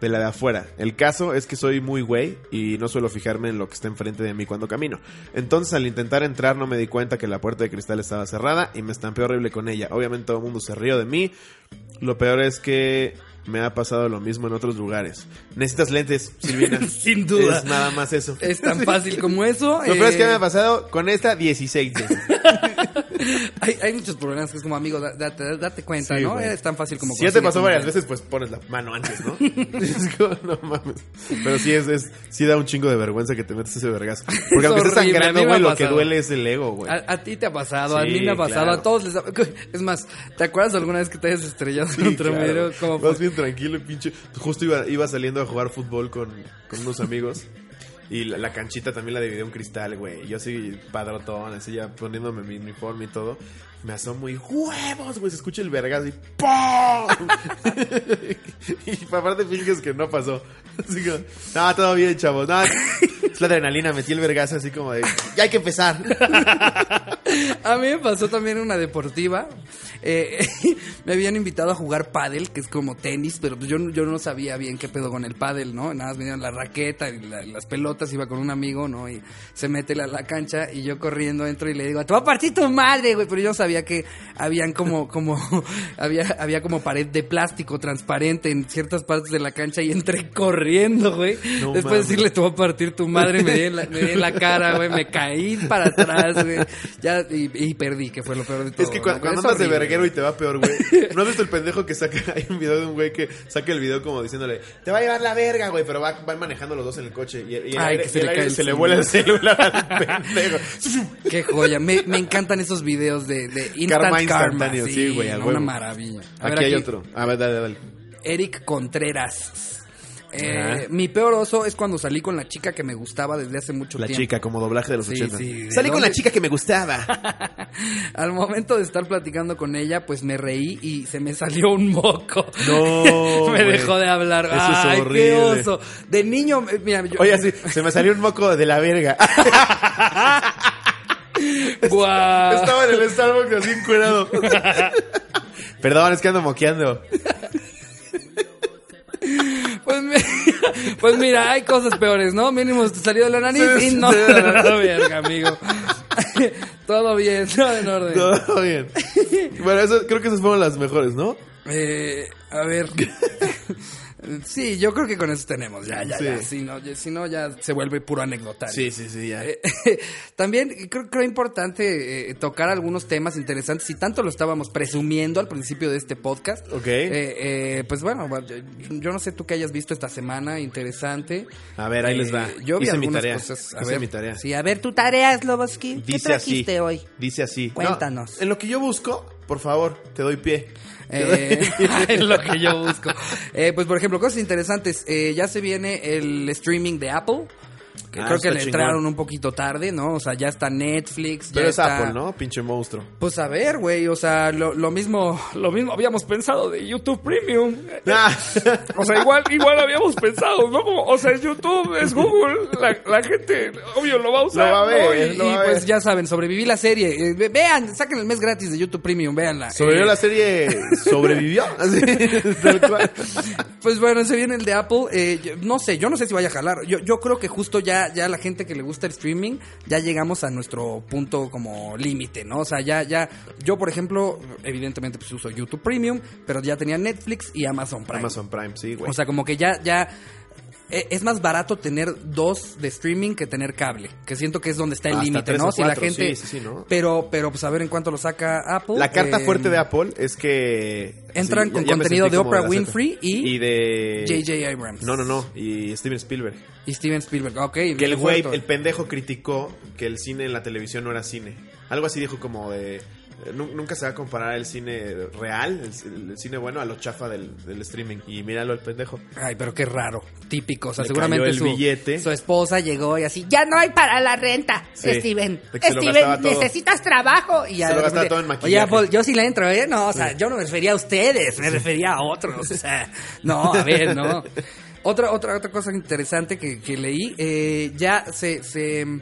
[SPEAKER 1] de la de afuera. El caso es que soy muy güey y no suelo fijarme en lo que está enfrente de mí cuando camino. Entonces al intentar entrar no me di cuenta que la puerta de cristal estaba cerrada y me estampé horrible con ella. Obviamente todo el mundo se rió de mí. Lo peor es que me ha pasado lo mismo en otros lugares. Necesitas lentes, Silvina.
[SPEAKER 2] (laughs) Sin duda.
[SPEAKER 1] Es nada más eso.
[SPEAKER 2] Es tan fácil como eso.
[SPEAKER 1] Lo peor es que
[SPEAKER 2] eh,
[SPEAKER 1] me ha pasado con esta 16 veces.
[SPEAKER 2] hay, hay muchos problemas que es como, amigo, da- date, date cuenta,
[SPEAKER 1] Sí,
[SPEAKER 2] ¿no?
[SPEAKER 1] güey.
[SPEAKER 2] Es tan fácil como...
[SPEAKER 1] Si ya te
[SPEAKER 2] consigue
[SPEAKER 1] pasó
[SPEAKER 2] tu
[SPEAKER 1] varias
[SPEAKER 2] mujer.
[SPEAKER 1] veces, pues pones la mano antes,
[SPEAKER 2] (laughs)
[SPEAKER 1] ¿no? Es como, no mames. Pero sí es, es, sí da un chingo de vergüenza que te metas ese vergazo. Porque
[SPEAKER 2] Es
[SPEAKER 1] aunque estés
[SPEAKER 2] horrible, a
[SPEAKER 1] sangrando,
[SPEAKER 2] mí me
[SPEAKER 1] güey,
[SPEAKER 2] ha
[SPEAKER 1] lo que
[SPEAKER 2] pasado.
[SPEAKER 1] duele es el ego, güey.
[SPEAKER 2] A, a ti te ha pasado, a
[SPEAKER 1] Sí,
[SPEAKER 2] mí me ha pasado,
[SPEAKER 1] claro.
[SPEAKER 2] a todos les ha (laughs) Es más, ¿te acuerdas alguna vez que te hayas estrellado
[SPEAKER 1] Sí,
[SPEAKER 2] contra un
[SPEAKER 1] claro. Pues
[SPEAKER 2] muro? ¿Cómo fue?
[SPEAKER 1] Vas bien tranquilo y pinche. Justo iba, iba saliendo a jugar fútbol con, con unos amigos. Y la, la canchita también la dividió un cristal, güey. Yo así, padrotón, así ya poniéndome mi uniforme y todo. Me asomo y huevos, güey. Se escucha el vergazo y ¡pum! (laughs) y aparte finges que no pasó. Así como, no, todo bien, chavos. No, es la adrenalina, metí el vergazo así como de, ya hay que empezar.
[SPEAKER 2] A mí me pasó también en una deportiva. Eh, (laughs) me habían invitado a jugar pádel, que es como tenis, pero pues yo, no- yo no sabía bien qué pedo con el pádel, ¿no? Nada más me dieron la raqueta y la- las pelotas, iba con un amigo, ¿no? Y se mete la, la cancha y yo corriendo entro y le digo, te va a partir tu madre, güey. Pero yo sabía que habían como, como, (laughs) había, había como pared de plástico transparente en ciertas partes de la cancha y entré corriendo, güey.
[SPEAKER 1] No
[SPEAKER 2] Después de
[SPEAKER 1] mames.
[SPEAKER 2] decirle, te voy a partir tu madre, me di en la, me di en la cara, güey, me caí para atrás, güey. Ya una y, y perdí, que fue lo peor de todo.
[SPEAKER 1] Es que cuando,
[SPEAKER 2] ¿no?
[SPEAKER 1] cuando
[SPEAKER 2] Es
[SPEAKER 1] andas de
[SPEAKER 2] horrible.
[SPEAKER 1] verguero y te va peor, (laughs) güey. ¿No has visto el pendejo que saca? (laughs) Hay un video de un güey que saca el video como diciéndole, te va a llevar la verga, güey, pero va- van manejando los dos en el coche. Y, y el
[SPEAKER 2] Ay,
[SPEAKER 1] aire-
[SPEAKER 2] que se
[SPEAKER 1] y el
[SPEAKER 2] le
[SPEAKER 1] aire
[SPEAKER 2] cae el
[SPEAKER 1] se le
[SPEAKER 2] cel-
[SPEAKER 1] vuela el celular al
[SPEAKER 2] (laughs)
[SPEAKER 1] pendejo.
[SPEAKER 2] Qué joya. Me, me encantan esos videos de, de instant karma.
[SPEAKER 1] Karma instantáneo, sí, güey, a
[SPEAKER 2] no,
[SPEAKER 1] huevo.
[SPEAKER 2] Una maravilla. A ver,
[SPEAKER 1] Aquí hay otro. A ver, dale, dale.
[SPEAKER 2] Eric Contreras. Eh,
[SPEAKER 1] Ajá.
[SPEAKER 2] Mi peor oso es cuando salí con la chica que me gustaba desde hace mucho
[SPEAKER 1] La
[SPEAKER 2] tiempo.
[SPEAKER 1] chica, como doblaje de los
[SPEAKER 2] Sí,
[SPEAKER 1] 80.
[SPEAKER 2] sí, ¿de
[SPEAKER 1] Salí con la
[SPEAKER 2] dónde?
[SPEAKER 1] chica que me gustaba.
[SPEAKER 2] Al momento de estar platicando con ella, pues me reí y se me salió un moco.
[SPEAKER 1] No,
[SPEAKER 2] (laughs) me
[SPEAKER 1] güey.
[SPEAKER 2] dejó de hablar.
[SPEAKER 1] Eso es
[SPEAKER 2] Ay, qué
[SPEAKER 1] horrible.
[SPEAKER 2] oso. De niño, eh, mira, (laughs) yo, Ah.
[SPEAKER 1] Oye, sí, se me salió un moco de la
[SPEAKER 2] (laughs)
[SPEAKER 1] verga.
[SPEAKER 2] guau.
[SPEAKER 1] Estaba en el Starbucks así encuerado.
[SPEAKER 2] (laughs)
[SPEAKER 1] Perdón, es que ando moqueando.
[SPEAKER 2] Pues, mi- (laughs) pues mira, hay cosas peores, ¿no? Mínimo te salió de la nariz
[SPEAKER 1] Sí,
[SPEAKER 2] y (laughs) no.
[SPEAKER 1] sí, de la nariz.
[SPEAKER 2] Verga, amigo. (laughs) Todo bien, (laughs) todo en
[SPEAKER 1] (laughs)
[SPEAKER 2] orden.
[SPEAKER 1] Todo bien. Bueno, eso, creo que esas fueron las mejores, ¿no?
[SPEAKER 2] Eh, a ver. (laughs) Sí, yo creo que con eso tenemos. Ya, ya,
[SPEAKER 1] Sí.
[SPEAKER 2] ya. Si no, ya, si no, ya se vuelve puro anecdotario.
[SPEAKER 1] sí, sí, ya.
[SPEAKER 2] Eh, (laughs) También creo, creo importante eh, tocar algunos temas interesantes. Si tanto lo estábamos presumiendo al principio de este podcast,
[SPEAKER 1] Ok.
[SPEAKER 2] eh, eh, pues bueno, va- yo no sé tú qué hayas visto esta semana interesante.
[SPEAKER 1] A ver, ahí les va.
[SPEAKER 2] Eh, Yo vi
[SPEAKER 1] Hice mi
[SPEAKER 2] algunas
[SPEAKER 1] tarea.
[SPEAKER 2] cosas. A
[SPEAKER 1] Hice
[SPEAKER 2] ver,
[SPEAKER 1] mi tarea.
[SPEAKER 2] Sí, a ver, tú
[SPEAKER 3] Tu tarea es Loboski. ¿Qué
[SPEAKER 1] Dice así.
[SPEAKER 3] trajiste hoy?
[SPEAKER 1] Dice así. No,
[SPEAKER 3] Cuéntanos.
[SPEAKER 1] en lo que yo busco, por favor, te doy pie. (laughs) Te
[SPEAKER 2] Eh, (laughs)
[SPEAKER 1] doy-
[SPEAKER 2] es lo que yo busco. (laughs) Eh, pues, por ejemplo, cosas interesantes. Eh, ya se viene el streaming de Apple. Que
[SPEAKER 1] Ah,
[SPEAKER 2] creo que
[SPEAKER 1] está
[SPEAKER 2] le
[SPEAKER 1] chingón.
[SPEAKER 2] entraron un poquito tarde, ¿no? O sea, ya está Netflix. ya
[SPEAKER 1] Pero es
[SPEAKER 2] está-
[SPEAKER 1] Apple, ¿no? Pinche monstruo.
[SPEAKER 2] Pues a ver, güey. O sea, lo, lo mismo (laughs) lo mismo habíamos pensado de YouTube Premium.
[SPEAKER 1] Ah, (laughs)
[SPEAKER 2] O sea, igual, igual habíamos pensado, ¿no? Como, o sea, es YouTube, es Google, la, la gente, obvio, lo va a usar.
[SPEAKER 1] Lo va a
[SPEAKER 2] ¿no?
[SPEAKER 1] ver,
[SPEAKER 2] Y,
[SPEAKER 1] lo va
[SPEAKER 2] y,
[SPEAKER 1] a ver.
[SPEAKER 2] pues ya saben, sobreviví la serie. Eh, ve- vean, saquen el mes gratis de YouTube Premium, véanla.
[SPEAKER 1] Sobrevivió
[SPEAKER 2] Eh,
[SPEAKER 1] la serie.
[SPEAKER 2] (laughs)
[SPEAKER 1] Sobrevivió. Así, tal cual.
[SPEAKER 2] Pues bueno, se viene el de Apple. Eh, yo- no sé, yo no sé si vaya a jalar. Yo, yo creo que justo ya, ya la gente que le gusta el streaming, ya llegamos a nuestro punto como límite, ¿no? O sea, ya, ya. Yo, por ejemplo, evidentemente pues uso YouTube Premium, pero ya tenía Netflix y Amazon Prime.
[SPEAKER 1] Amazon Prime, sí, güey.
[SPEAKER 2] O sea, como que ya, ya. eh, Es más barato tener dos de streaming que tener cable. Que siento que es donde está el
[SPEAKER 1] Hasta
[SPEAKER 2] límite,
[SPEAKER 1] tres
[SPEAKER 2] ¿no?
[SPEAKER 1] o
[SPEAKER 2] Si la
[SPEAKER 1] cuatro,
[SPEAKER 2] gente.
[SPEAKER 1] sí, sí, sí, ¿no?
[SPEAKER 2] Pero, pero pues a ver en cuánto lo saca Apple.
[SPEAKER 1] la carta
[SPEAKER 2] Eh,
[SPEAKER 1] fuerte de Apple es que.
[SPEAKER 2] Entran
[SPEAKER 1] ya-
[SPEAKER 2] con
[SPEAKER 1] ya me
[SPEAKER 2] contenido
[SPEAKER 1] sentí
[SPEAKER 2] de
[SPEAKER 1] como
[SPEAKER 2] Oprah
[SPEAKER 1] la Z.
[SPEAKER 2] Winfrey y-
[SPEAKER 1] Y de.
[SPEAKER 2] J.J. Abrams.
[SPEAKER 1] eh, No, no, no. Y Steven Spielberg.
[SPEAKER 2] Y Steven Spielberg, ok.
[SPEAKER 1] Que el
[SPEAKER 2] muy
[SPEAKER 1] güey,
[SPEAKER 2] fuerte.
[SPEAKER 1] el pendejo criticó que el cine en la televisión no era cine. Algo así dijo como de... eh, "Nu- Nunca se va a comparar el cine real, el, c- el cine bueno, a lo chafa del, del streaming. Y míralo el pendejo.
[SPEAKER 2] Ay, pero qué raro. Típico. O sea,
[SPEAKER 1] Le
[SPEAKER 2] seguramente
[SPEAKER 1] cayó el
[SPEAKER 2] su,
[SPEAKER 1] billete.
[SPEAKER 2] su esposa llegó y así.
[SPEAKER 3] Ya no hay para la renta,
[SPEAKER 1] Sí,
[SPEAKER 3] Steven.
[SPEAKER 1] de que se lo gastaba
[SPEAKER 3] Steven,
[SPEAKER 1] todo.
[SPEAKER 3] necesitas trabajo.
[SPEAKER 2] Y ya
[SPEAKER 1] Se lo
[SPEAKER 2] de
[SPEAKER 1] gastaba
[SPEAKER 2] repente,
[SPEAKER 1] todo en
[SPEAKER 2] Oye,
[SPEAKER 1] maquillaje".
[SPEAKER 2] Apple, yo sí le entro, ¿eh? No, o sea, yo no me refería a ustedes, me refería a otros. O
[SPEAKER 1] (laughs)
[SPEAKER 2] sea, no, a ver, no. Otra, otra, otra cosa interesante que, que leí, eh, ya se, se, mm,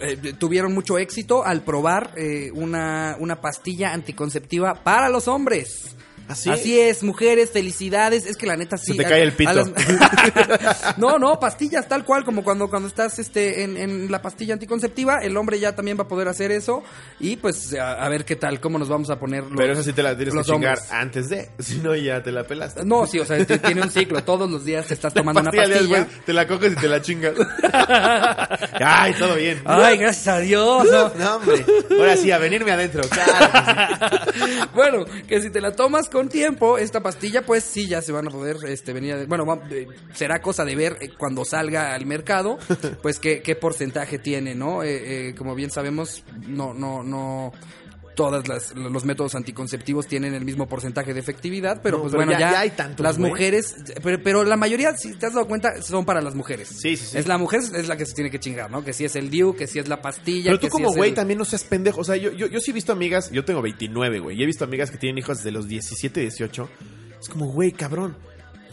[SPEAKER 2] eh, tuvieron mucho éxito al probar eh, una, una pastilla anticonceptiva para los hombres.
[SPEAKER 1] Así
[SPEAKER 2] Así es, mujeres, felicidades. Es que la neta sí.
[SPEAKER 1] Se te cae el pito. (laughs)
[SPEAKER 2] no, no, pastillas tal cual, como cuando, cuando estás este, en, en la pastilla anticonceptiva, el hombre ya también va a poder hacer eso. Y pues a, a ver qué tal, cómo nos vamos a poner los,
[SPEAKER 1] Pero esa sí te la tienes que
[SPEAKER 2] los
[SPEAKER 1] chingar
[SPEAKER 2] hombres.
[SPEAKER 1] antes de. (laughs) Si no, ya te la pelaste.
[SPEAKER 2] No, sí, o sea, t- tiene un ciclo. Todos los días te estás tomando
[SPEAKER 1] Pastilla (laughs)
[SPEAKER 2] una
[SPEAKER 1] de
[SPEAKER 2] pastilla.
[SPEAKER 1] después, te la coges y te la
[SPEAKER 2] (laughs)
[SPEAKER 1] chingas. (laughs) Ay, todo bien.
[SPEAKER 2] Ay, gracias a Dios. no.
[SPEAKER 1] (laughs) No, hombre. Ahora sí, a venirme adentro. Claro que sí.
[SPEAKER 2] (laughs) bueno, que si te la tomas con tiempo, esta pastilla, pues sí, ya se van a poder este, venir. a- bueno, va- eh, será cosa de ver eh, cuando salga
[SPEAKER 1] (laughs)
[SPEAKER 2] al mercado, pues qué, qué porcentaje tiene, ¿no? Eh, eh, como bien sabemos, no, no, no. Todos los métodos anticonceptivos tienen el mismo porcentaje de efectividad, pero
[SPEAKER 1] No,
[SPEAKER 2] pues
[SPEAKER 1] pero
[SPEAKER 2] bueno,
[SPEAKER 1] ya-
[SPEAKER 2] ya,
[SPEAKER 1] ya hay tantos,
[SPEAKER 2] las
[SPEAKER 1] güey.
[SPEAKER 2] mujeres, pero, pero la mayoría, si te has dado cuenta, son para las mujeres.
[SPEAKER 1] Sí, sí, sí.
[SPEAKER 2] Es la mujer es la que se tiene que chingar, ¿no? Que si es el DIU, que si es la pastilla.
[SPEAKER 1] Pero
[SPEAKER 2] que
[SPEAKER 1] tú
[SPEAKER 2] si
[SPEAKER 1] como
[SPEAKER 2] es
[SPEAKER 1] güey
[SPEAKER 2] el-
[SPEAKER 1] también no seas pendejo. O sea, yo, yo, yo sí he visto amigas, yo tengo 29, güey. Y he visto amigas que tienen hijos desde los 17, 18. Es como, güey, cabrón.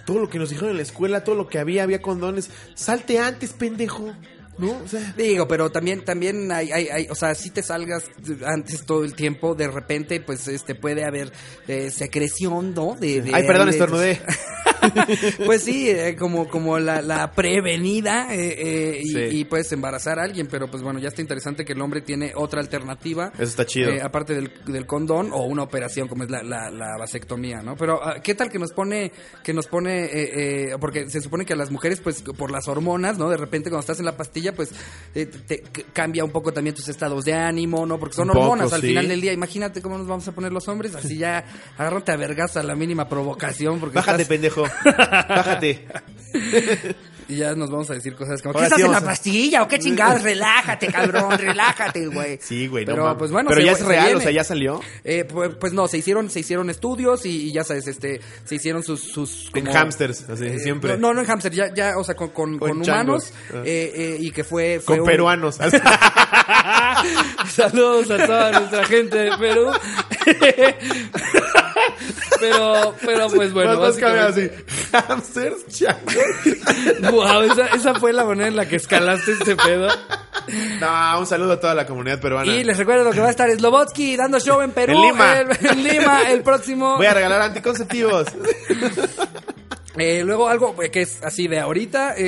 [SPEAKER 1] Todo lo que nos dijeron en la escuela, todo lo que había, había condones. Salte antes, pendejo. ¿No? O sea,
[SPEAKER 2] Digo, pero también, también hay, hay, hay- o sea, si te salgas antes todo el tiempo, de repente, pues, este, puede haber eh, secreción, ¿no? De, de-
[SPEAKER 1] Ay, perdón,
[SPEAKER 2] de- (laughs)
[SPEAKER 1] estornudé. (laughs)
[SPEAKER 2] pues sí, eh, como, como la, la prevenida eh, eh, y,
[SPEAKER 1] Sí.
[SPEAKER 2] y puedes embarazar a alguien, pero pues bueno, ya está interesante que el hombre tiene otra alternativa.
[SPEAKER 1] Eso está chido.
[SPEAKER 2] eh, aparte del, del condón o una operación como es la, la, la vasectomía, ¿no? Pero ah, ¿qué tal que nos pone, que nos pone, eh, eh, porque se supone que a las mujeres, pues por las hormonas, ¿no? De repente cuando estás en la pastilla, pues eh, te, c- cambia un poco también tus estados de ánimo, ¿no? Porque son
[SPEAKER 1] Un poco,
[SPEAKER 2] hormonas al
[SPEAKER 1] sí.
[SPEAKER 2] final del día. Imagínate cómo nos vamos a poner los hombres, así ya agárrate a vergas a la mínima provocación, porque
[SPEAKER 1] Bájate,
[SPEAKER 2] estás- (laughs)
[SPEAKER 1] pendejo. Bájate.
[SPEAKER 2] y ya nos vamos a decir cosas como,
[SPEAKER 1] Ahora
[SPEAKER 2] ¿qué estás
[SPEAKER 1] sí
[SPEAKER 2] en la
[SPEAKER 1] vamos a-
[SPEAKER 2] pastilla o qué chingados? Relájate, cabrón, relájate, güey.
[SPEAKER 1] Sí, güey, no
[SPEAKER 2] Pero,
[SPEAKER 1] mames.
[SPEAKER 2] pues, bueno,
[SPEAKER 1] Pero
[SPEAKER 2] se-
[SPEAKER 1] ya es
[SPEAKER 2] se
[SPEAKER 1] real,
[SPEAKER 2] viene.
[SPEAKER 1] o sea, ya salió.
[SPEAKER 2] Eh, pues, pues no, se hicieron, se hicieron estudios y, y ya sabes, este, se hicieron sus, sus
[SPEAKER 1] En
[SPEAKER 2] como-
[SPEAKER 1] hamsters, así,
[SPEAKER 2] Eh,
[SPEAKER 1] siempre.
[SPEAKER 2] No, no en hamster, ya, ya, o sea, con, con,
[SPEAKER 1] Con
[SPEAKER 2] con humanos
[SPEAKER 1] changos. Ah.
[SPEAKER 2] eh, eh, y que fue, fue
[SPEAKER 1] Con
[SPEAKER 2] un-
[SPEAKER 1] peruanos.
[SPEAKER 2] (laughs) Saludos a toda nuestra gente de Perú. (laughs) pero, pero pues bueno,
[SPEAKER 1] Más- más cabrón,
[SPEAKER 2] básicamente.
[SPEAKER 1] así. (laughs) Hamsters, changos. (laughs)
[SPEAKER 2] Wow, esa, esa fue la manera en la que escalaste este pedo.
[SPEAKER 1] No, un saludo a toda la comunidad peruana.
[SPEAKER 2] Y les recuerdo que va a estar Slobotsky dando show en Perú.
[SPEAKER 1] En Lima.
[SPEAKER 2] El, en Lima, el próximo.
[SPEAKER 1] Voy a regalar (laughs) anticonceptivos.
[SPEAKER 2] Eh, luego algo eh, que es así de ahorita, eh,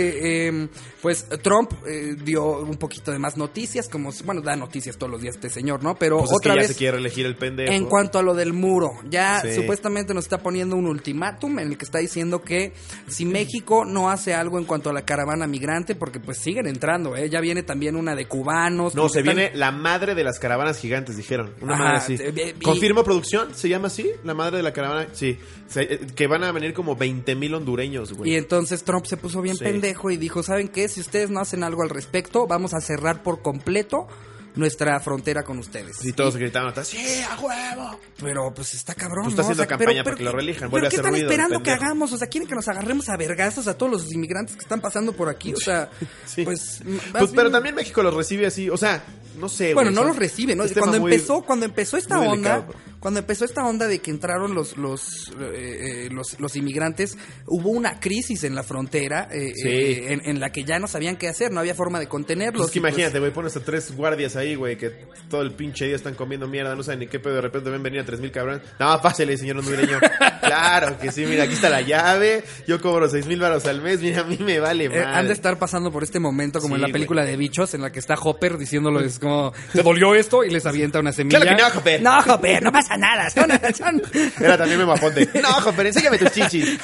[SPEAKER 2] eh, pues Trump eh, dio un poquito de más noticias, como si- bueno, da noticias todos los días este señor, ¿no? Pero
[SPEAKER 1] Pues es que
[SPEAKER 2] otra
[SPEAKER 1] ya se
[SPEAKER 2] vez
[SPEAKER 1] quiere reelegir el pendejo.
[SPEAKER 2] en cuanto a lo del muro, ya
[SPEAKER 1] Sí.
[SPEAKER 2] supuestamente nos está poniendo un ultimátum en el que está diciendo que si México no hace algo en cuanto a la caravana migrante, porque pues siguen entrando, ¿eh? ya viene también una de cubanos.
[SPEAKER 1] No,
[SPEAKER 2] pues,
[SPEAKER 1] se
[SPEAKER 2] están-
[SPEAKER 1] viene la madre de las caravanas gigantes, dijeron. Una
[SPEAKER 2] Ajá,
[SPEAKER 1] madre así.
[SPEAKER 2] te- ve- vi-
[SPEAKER 1] ¿Confirmo producción? ¿Se llama así? La madre de la caravana. Sí. Se- eh, que van a venir como 20 mil hondureños,
[SPEAKER 2] Y
[SPEAKER 1] güey.
[SPEAKER 2] entonces Trump se puso bien
[SPEAKER 1] Sí.
[SPEAKER 2] pendejo y dijo, ¿saben qué? Si ustedes no hacen algo al respecto, vamos a cerrar por completo nuestra frontera con ustedes.
[SPEAKER 1] Y todos gritaban atrás. ¡Sí, a huevo!
[SPEAKER 2] Pero pues está cabrón.
[SPEAKER 1] Pues está
[SPEAKER 2] ¿no?
[SPEAKER 1] haciendo campaña para que lo
[SPEAKER 2] ¿qué-
[SPEAKER 1] reelijan,
[SPEAKER 2] pero
[SPEAKER 1] vuelve a
[SPEAKER 2] ¿Qué
[SPEAKER 1] hacer
[SPEAKER 2] están
[SPEAKER 1] ruido,
[SPEAKER 2] esperando
[SPEAKER 1] el
[SPEAKER 2] que
[SPEAKER 1] pendejo.
[SPEAKER 2] hagamos? O sea, quieren que nos agarremos a vergazos a todos los inmigrantes que están pasando por aquí. O sea,
[SPEAKER 1] (laughs) Sí.
[SPEAKER 2] pues. m- más
[SPEAKER 1] Pues, pero
[SPEAKER 2] bien-
[SPEAKER 1] también México los recibe así. O sea, no sé,
[SPEAKER 2] Bueno,
[SPEAKER 1] güey,
[SPEAKER 2] no
[SPEAKER 1] son-
[SPEAKER 2] los reciben. ¿no?
[SPEAKER 1] es tema
[SPEAKER 2] Cuando
[SPEAKER 1] muy-
[SPEAKER 2] empezó, cuando empezó esta
[SPEAKER 1] muy
[SPEAKER 2] onda,
[SPEAKER 1] delicado, bro.
[SPEAKER 2] cuando empezó esta onda de que entraron los los, eh, eh, los los inmigrantes, hubo una crisis en la frontera eh,
[SPEAKER 1] Sí.
[SPEAKER 2] eh, en, en la que ya no sabían qué hacer, no había forma de contenerlos.
[SPEAKER 1] Pues es que
[SPEAKER 2] y, pues,
[SPEAKER 1] imagínate, güey, pones a tres guardias ahí, güey, que todo el pinche día están comiendo mierda, no saben ni qué pedo, de repente ven venir a tres mil cabrones. No, pásele, señor
[SPEAKER 2] (laughs)
[SPEAKER 1] hondureño. claro que sí, mira, aquí está la llave, yo cobro seis mil varos al mes, mira, a mí me vale
[SPEAKER 2] Eh,
[SPEAKER 1] madre.
[SPEAKER 2] han de estar pasando por este momento como
[SPEAKER 1] Sí,
[SPEAKER 2] en la
[SPEAKER 1] güey.
[SPEAKER 2] película de bichos en la que está Hopper diciéndolo
[SPEAKER 1] (laughs)
[SPEAKER 2] es como te dolió esto y les avienta una semilla.
[SPEAKER 1] Claro que no, Hopper.
[SPEAKER 2] No, Hopper, no pasa nada. Son, son- (laughs)
[SPEAKER 1] Era también Memo Aponte. No, Jofer, enséñame tus chichis.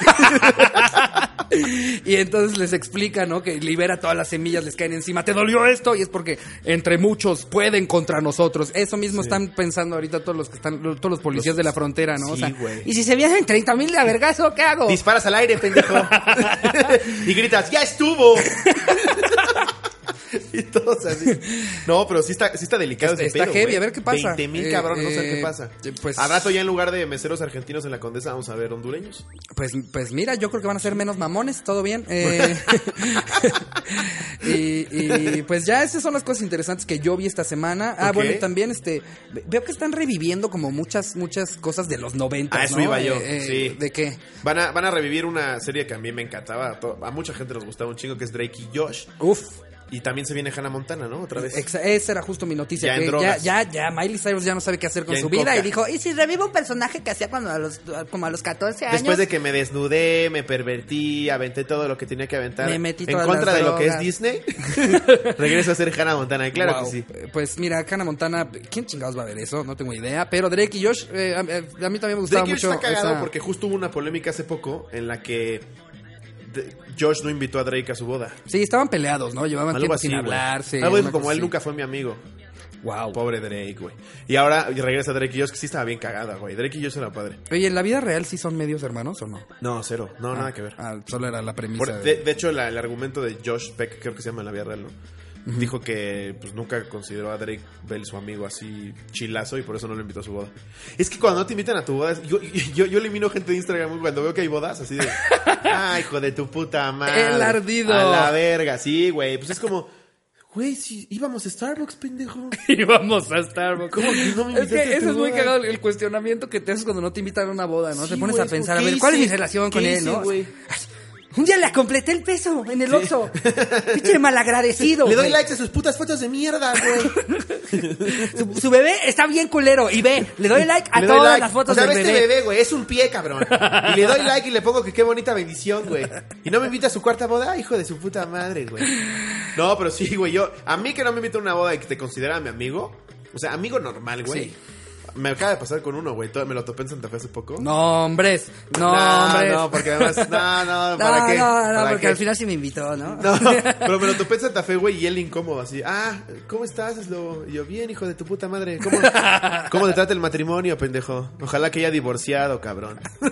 [SPEAKER 2] Y entonces les explica, ¿no? Que libera todas las semillas, les caen encima. Te dolió esto y es porque entre muchos pueden contra nosotros. Eso mismo están pensando ahorita todos los que están todos los policías de la frontera, ¿no? o
[SPEAKER 1] Sí,
[SPEAKER 2] sea,
[SPEAKER 1] güey.
[SPEAKER 2] y si se vienen 30 mil de a vergazo, ¿qué hago?
[SPEAKER 1] Disparas al aire, pendejo.
[SPEAKER 2] (laughs)
[SPEAKER 1] (laughs) y gritas, ¡ya estuvo! y todos así. No, pero sí está, sí está delicado
[SPEAKER 2] Está-
[SPEAKER 1] ese
[SPEAKER 2] está
[SPEAKER 1] pedo,
[SPEAKER 2] heavy,
[SPEAKER 1] güey.
[SPEAKER 2] a ver qué pasa.
[SPEAKER 1] 20 mil
[SPEAKER 2] Eh,
[SPEAKER 1] cabrones, no sé
[SPEAKER 2] eh,
[SPEAKER 1] qué pasa.
[SPEAKER 2] eh, pues-
[SPEAKER 1] Al rato ya en lugar de meseros argentinos en la condesa, vamos a ver hondureños.
[SPEAKER 2] Pues, pues mira, yo creo que van a ser menos mamones, todo bien.
[SPEAKER 1] (laughs)
[SPEAKER 2] Eh, y, y, pues ya esas son las cosas interesantes que yo vi esta semana. Ah,
[SPEAKER 1] Ok.
[SPEAKER 2] bueno, y también este ve- veo que están reviviendo como muchas, muchas cosas de los 90.
[SPEAKER 1] Ah, eso iba yo, sí.
[SPEAKER 2] eh, ¿De qué?
[SPEAKER 1] Van a, van a revivir una serie que a mí me encantaba. A, to- a mucha gente nos gustaba un chingo, que es Drake y Josh.
[SPEAKER 2] Uf.
[SPEAKER 1] Y también se viene Hannah Montana, ¿no? Otra vez.
[SPEAKER 2] exa- esa era justo mi noticia.
[SPEAKER 1] Ya en
[SPEAKER 2] que ya,
[SPEAKER 1] drogas.
[SPEAKER 2] ya, ya, Miley Cyrus ya no sabe qué hacer con
[SPEAKER 1] Ya en
[SPEAKER 2] su vida
[SPEAKER 1] coca.
[SPEAKER 2] y dijo,
[SPEAKER 3] Y si revivo un personaje que hacía cuando a los, como a los 14 años.
[SPEAKER 1] Después de que me desnudé, me pervertí, aventé todo lo que tenía que aventar.
[SPEAKER 2] Me metí
[SPEAKER 1] en
[SPEAKER 2] todas
[SPEAKER 1] contra
[SPEAKER 2] las
[SPEAKER 1] de lo que es
[SPEAKER 2] drogas. (laughs)
[SPEAKER 1] Disney. regreso a ser Hannah Montana. Y claro
[SPEAKER 2] Wow.
[SPEAKER 1] que sí.
[SPEAKER 2] Eh, Pues mira, Hannah Montana, ¿quién chingados va a ver eso? No tengo idea. Pero Drake y Josh, eh, a, a mí también me gustaba
[SPEAKER 1] Drake y Josh
[SPEAKER 2] mucho.
[SPEAKER 1] está cagado
[SPEAKER 2] esa-
[SPEAKER 1] porque justo hubo una polémica hace poco en la que de- Josh no invitó a Drake a su boda.
[SPEAKER 2] Sí, estaban peleados, ¿no? Llevaban
[SPEAKER 1] Algo
[SPEAKER 2] tiempo
[SPEAKER 1] así,
[SPEAKER 2] sin
[SPEAKER 1] güey.
[SPEAKER 2] hablarse.
[SPEAKER 1] Algo dijo
[SPEAKER 2] una
[SPEAKER 1] como
[SPEAKER 2] cosa
[SPEAKER 1] él
[SPEAKER 2] así.
[SPEAKER 1] nunca fue mi amigo.
[SPEAKER 2] Wow.
[SPEAKER 1] Pobre Drake, güey. Y ahora regresa Drake y Josh, que sí estaba bien cagada, güey. Drake y Josh era padre.
[SPEAKER 2] Oye, ¿en la vida real sí son medios hermanos o no?
[SPEAKER 1] No, cero. No, nada que ver.
[SPEAKER 2] Ah, solo era la premisa.
[SPEAKER 1] Por- (laughs)
[SPEAKER 2] de-
[SPEAKER 1] de, de hecho, la- el argumento de Josh Peck, creo que se llama en la vida real, ¿no? Dijo que pues, nunca consideró a Drake Bell su amigo así chilazo y por eso no lo invitó a su boda. Es que cuando no te invitan a tu boda, es- yo, (laughs) yo, yo elimino gente de Instagram cuando veo que hay bodas así de... ¡Ah, hijo de tu puta madre!
[SPEAKER 2] (laughs) El ardido.
[SPEAKER 1] A la verga, sí, güey. Pues es como... Güey, si íbamos a Starbucks, pendejo.
[SPEAKER 2] Íbamos a Starbucks.
[SPEAKER 1] ¿Cómo que no me
[SPEAKER 2] es
[SPEAKER 1] invitaste
[SPEAKER 2] que
[SPEAKER 1] a tu
[SPEAKER 2] eso es muy
[SPEAKER 1] boda?
[SPEAKER 2] cagado, el cuestionamiento que te haces cuando no te invitan a una boda, ¿no?
[SPEAKER 1] Sí,
[SPEAKER 2] te pones
[SPEAKER 1] güey,
[SPEAKER 2] a
[SPEAKER 1] es
[SPEAKER 2] pensar, a
[SPEAKER 1] como,
[SPEAKER 2] ver,
[SPEAKER 1] ¿qué
[SPEAKER 2] ¿cuál es mi
[SPEAKER 1] hice?
[SPEAKER 2] relación
[SPEAKER 1] ¿Qué
[SPEAKER 2] con él,
[SPEAKER 1] hice,
[SPEAKER 2] no?
[SPEAKER 1] güey?
[SPEAKER 3] Un día la completé el peso en
[SPEAKER 1] (laughs)
[SPEAKER 3] el Oxxo. Pinche malagradecido.
[SPEAKER 1] Le doy
[SPEAKER 3] güey.
[SPEAKER 1] likes a sus putas fotos de mierda, güey.
[SPEAKER 3] Su, su bebé está bien culero. Y ve, le doy like a
[SPEAKER 1] Le doy
[SPEAKER 3] todas
[SPEAKER 1] like.
[SPEAKER 3] las fotos
[SPEAKER 1] o sea,
[SPEAKER 3] del
[SPEAKER 1] ve
[SPEAKER 3] bebé.
[SPEAKER 1] este bebé, güey, es un pie, cabrón. Y le doy like y le pongo que qué bonita bendición, güey. Y no me invita a su cuarta boda, hijo de su puta madre, güey. No, pero sí, güey, yo... A mí que no me invita a una boda y que te considera mi amigo. O sea, amigo normal, güey.
[SPEAKER 2] Sí.
[SPEAKER 1] Me acaba de pasar con uno, güey. todo- Me lo topé en Santa Fe hace poco.
[SPEAKER 2] No, hombres. No, hombres.
[SPEAKER 1] no, porque
[SPEAKER 2] (laughs)
[SPEAKER 1] además... No, no,
[SPEAKER 3] (laughs) No,
[SPEAKER 1] ¿para qué?
[SPEAKER 3] no, no,
[SPEAKER 1] ¿Para
[SPEAKER 3] porque
[SPEAKER 1] qué?
[SPEAKER 3] al final sí me invitó, ¿no?
[SPEAKER 1] No, (laughs) pero me lo topé en Santa Fe, güey, y él incómodo, así, ah, ¿cómo estás? Es lo... Yo, bien, hijo de tu puta madre,
[SPEAKER 2] (laughs)
[SPEAKER 1] ¿cómo, cómo te trata el matrimonio, pendejo? Ojalá que haya divorciado, cabrón. (laughs)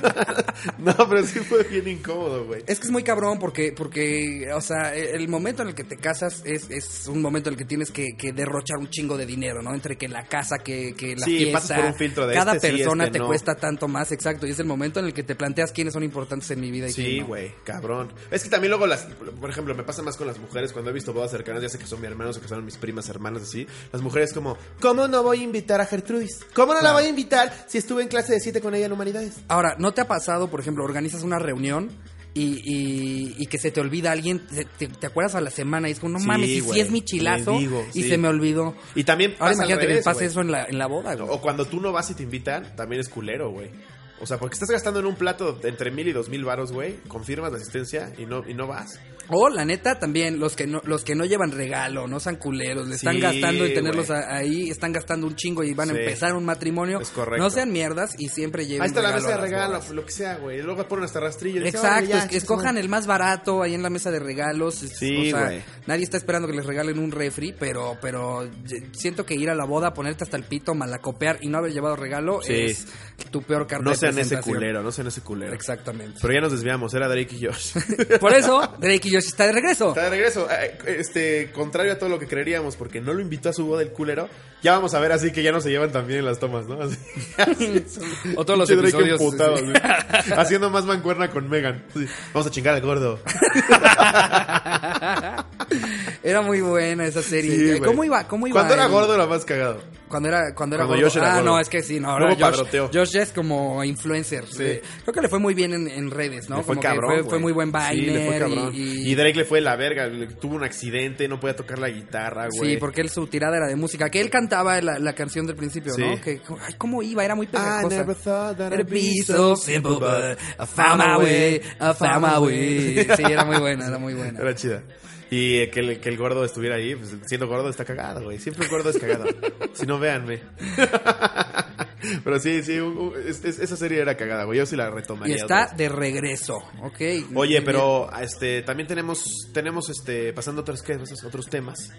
[SPEAKER 1] no, pero sí fue bien incómodo, güey.
[SPEAKER 2] Es que es muy cabrón porque, porque, o sea, e, el momento en el que te casas es, es un momento en el que tienes que, que derrochar un chingo de dinero, ¿no? Entre que la casa, que, que la
[SPEAKER 1] Sí,
[SPEAKER 2] fiesta.
[SPEAKER 1] pasas por un filtro de
[SPEAKER 2] Cada
[SPEAKER 1] este sí,
[SPEAKER 2] persona
[SPEAKER 1] este
[SPEAKER 2] te
[SPEAKER 1] no.
[SPEAKER 2] cuesta tanto más, exacto. Y es el momento en el que te planteas quiénes son importantes en mi vida y
[SPEAKER 1] Sí,
[SPEAKER 2] quién no.
[SPEAKER 1] güey, cabrón. Es que también luego las, por ejemplo, me pasa más con las mujeres cuando he visto bodas cercanas, ya sé que son mis hermanos o que son mis primas, hermanas, así. Las mujeres como, ¿cómo no voy a invitar a Gertrudis? ¿Cómo no la voy a invitar si estuve en clase de 7 con ella en humanidades?
[SPEAKER 2] Ahora, ¿no te ha pasado, por ejemplo, organizas una reunión y, y- y que se te olvida alguien? Te, te- te acuerdas a la semana y es como, no
[SPEAKER 1] Sí,
[SPEAKER 2] mames, y
[SPEAKER 1] güey,
[SPEAKER 2] si es mi chilazo
[SPEAKER 1] le digo,
[SPEAKER 2] y
[SPEAKER 1] sí.
[SPEAKER 2] se me olvidó.
[SPEAKER 1] Y también
[SPEAKER 2] Ahora
[SPEAKER 1] pasa al
[SPEAKER 2] imagínate que
[SPEAKER 1] revés,
[SPEAKER 2] me pase
[SPEAKER 1] güey.
[SPEAKER 2] eso en la, en la boda, güey.
[SPEAKER 1] O cuando tú no vas y te invitan, también es culero, güey. O sea, porque estás gastando en un plato de entre mil y dos mil varos, güey. Confirmas la asistencia y no, y no vas.
[SPEAKER 2] O la neta también, los que no, los que no llevan regalo, no sean culeros, le están
[SPEAKER 1] Sí,
[SPEAKER 2] gastando y tenerlos
[SPEAKER 1] güey.
[SPEAKER 2] a- ahí, están gastando un chingo y van
[SPEAKER 1] Sí.
[SPEAKER 2] a empezar un matrimonio.
[SPEAKER 1] Es correcto.
[SPEAKER 2] No sean mierdas y siempre lleven
[SPEAKER 1] Ahí está la
[SPEAKER 2] regalo
[SPEAKER 1] mesa de
[SPEAKER 2] a las
[SPEAKER 1] regalo,
[SPEAKER 2] bodas.
[SPEAKER 1] lo que sea, güey. Luego ponen hasta rastrillo. y dicen,
[SPEAKER 2] Exacto,
[SPEAKER 1] "Órale, ya,
[SPEAKER 2] es-
[SPEAKER 1] chingas,
[SPEAKER 2] escojan
[SPEAKER 1] madre".
[SPEAKER 2] el más barato ahí en la mesa de regalos. es-
[SPEAKER 1] Sí,
[SPEAKER 2] o sea,
[SPEAKER 1] güey.
[SPEAKER 2] nadie está esperando que les regalen un refri, pero, pero ye- siento que ir a la boda, ponerte hasta el pito, malacopear y no haber llevado regalo
[SPEAKER 1] Sí.
[SPEAKER 2] es tu peor carta
[SPEAKER 1] No
[SPEAKER 2] de
[SPEAKER 1] sean ese
[SPEAKER 2] presentación.
[SPEAKER 1] culero, no sean ese culero.
[SPEAKER 2] Exactamente.
[SPEAKER 1] Pero ya nos desviamos, era Drake
[SPEAKER 2] (laughs)
[SPEAKER 1] (laughs) y Josh.
[SPEAKER 2] Por eso, Drake y Yoshi está de regreso.
[SPEAKER 1] Está de regreso. Eh, Este, contrario a todo lo que creeríamos, porque no lo invitó a su boda el culero. Ya vamos a ver, así que ya no se llevan tan bien en las tomas, ¿no? (laughs) Así,
[SPEAKER 2] O todos los
[SPEAKER 1] Pinche (laughs) Drake
[SPEAKER 2] episodios,
[SPEAKER 1] emputado,
[SPEAKER 2] sí.
[SPEAKER 1] así, haciendo más mancuerna con Megan. Sí, Vamos a chingar al gordo.
[SPEAKER 2] (laughs) Era muy buena esa serie.
[SPEAKER 1] Sí, güey.
[SPEAKER 2] ¿Cómo iba? ¿Cómo iba?
[SPEAKER 1] Cuando era
[SPEAKER 2] el-
[SPEAKER 1] gordo era más cagado.
[SPEAKER 2] Cuando era, cuando era
[SPEAKER 1] Cuando
[SPEAKER 2] gordo.
[SPEAKER 1] Josh era
[SPEAKER 2] ah,
[SPEAKER 1] gordo.
[SPEAKER 2] no, es que sí, no. Ahora
[SPEAKER 1] Luego
[SPEAKER 2] Josh,
[SPEAKER 1] padroteó.
[SPEAKER 2] Josh ya es como influencer. Eh, Creo que le fue muy bien en, en redes, ¿no?
[SPEAKER 1] Le fue
[SPEAKER 2] como
[SPEAKER 1] cabrón.
[SPEAKER 2] que fue,
[SPEAKER 1] güey.
[SPEAKER 2] fue muy buen
[SPEAKER 1] Sí, le fue
[SPEAKER 2] baile.
[SPEAKER 1] cabrón.
[SPEAKER 2] y,
[SPEAKER 1] y... Drake le fue la verga. le- tuvo un accidente, no podía tocar la guitarra, güey.
[SPEAKER 2] Sí, porque él su tirada era de música. Que él cantaba la, la canción del principio,
[SPEAKER 1] Sí.
[SPEAKER 2] ¿no? Que, ay, ¿cómo iba? Era muy
[SPEAKER 1] I
[SPEAKER 2] pegajosa.
[SPEAKER 1] never thought that
[SPEAKER 2] It'd
[SPEAKER 1] I'd
[SPEAKER 2] be so simple, but I found my way, I found my way. Sí, era muy buena, era muy buena.
[SPEAKER 1] Era chida. Y eh, que el, que el gordo estuviera ahí, pues, siendo gordo está cagado, güey. Siempre el gordo es
[SPEAKER 2] (laughs)
[SPEAKER 1] cagado. si no, véanme. (laughs) Pero sí, sí, un- un- es- es- esa serie era cagada, güey. Yo sí la
[SPEAKER 2] Y
[SPEAKER 1] retomaría. otra
[SPEAKER 2] está
[SPEAKER 1] vez.
[SPEAKER 2] de regreso, ¿ok?
[SPEAKER 1] Oye,
[SPEAKER 2] Muy bien.
[SPEAKER 1] pero este también tenemos tenemos este pasando otras cosas, otros temas.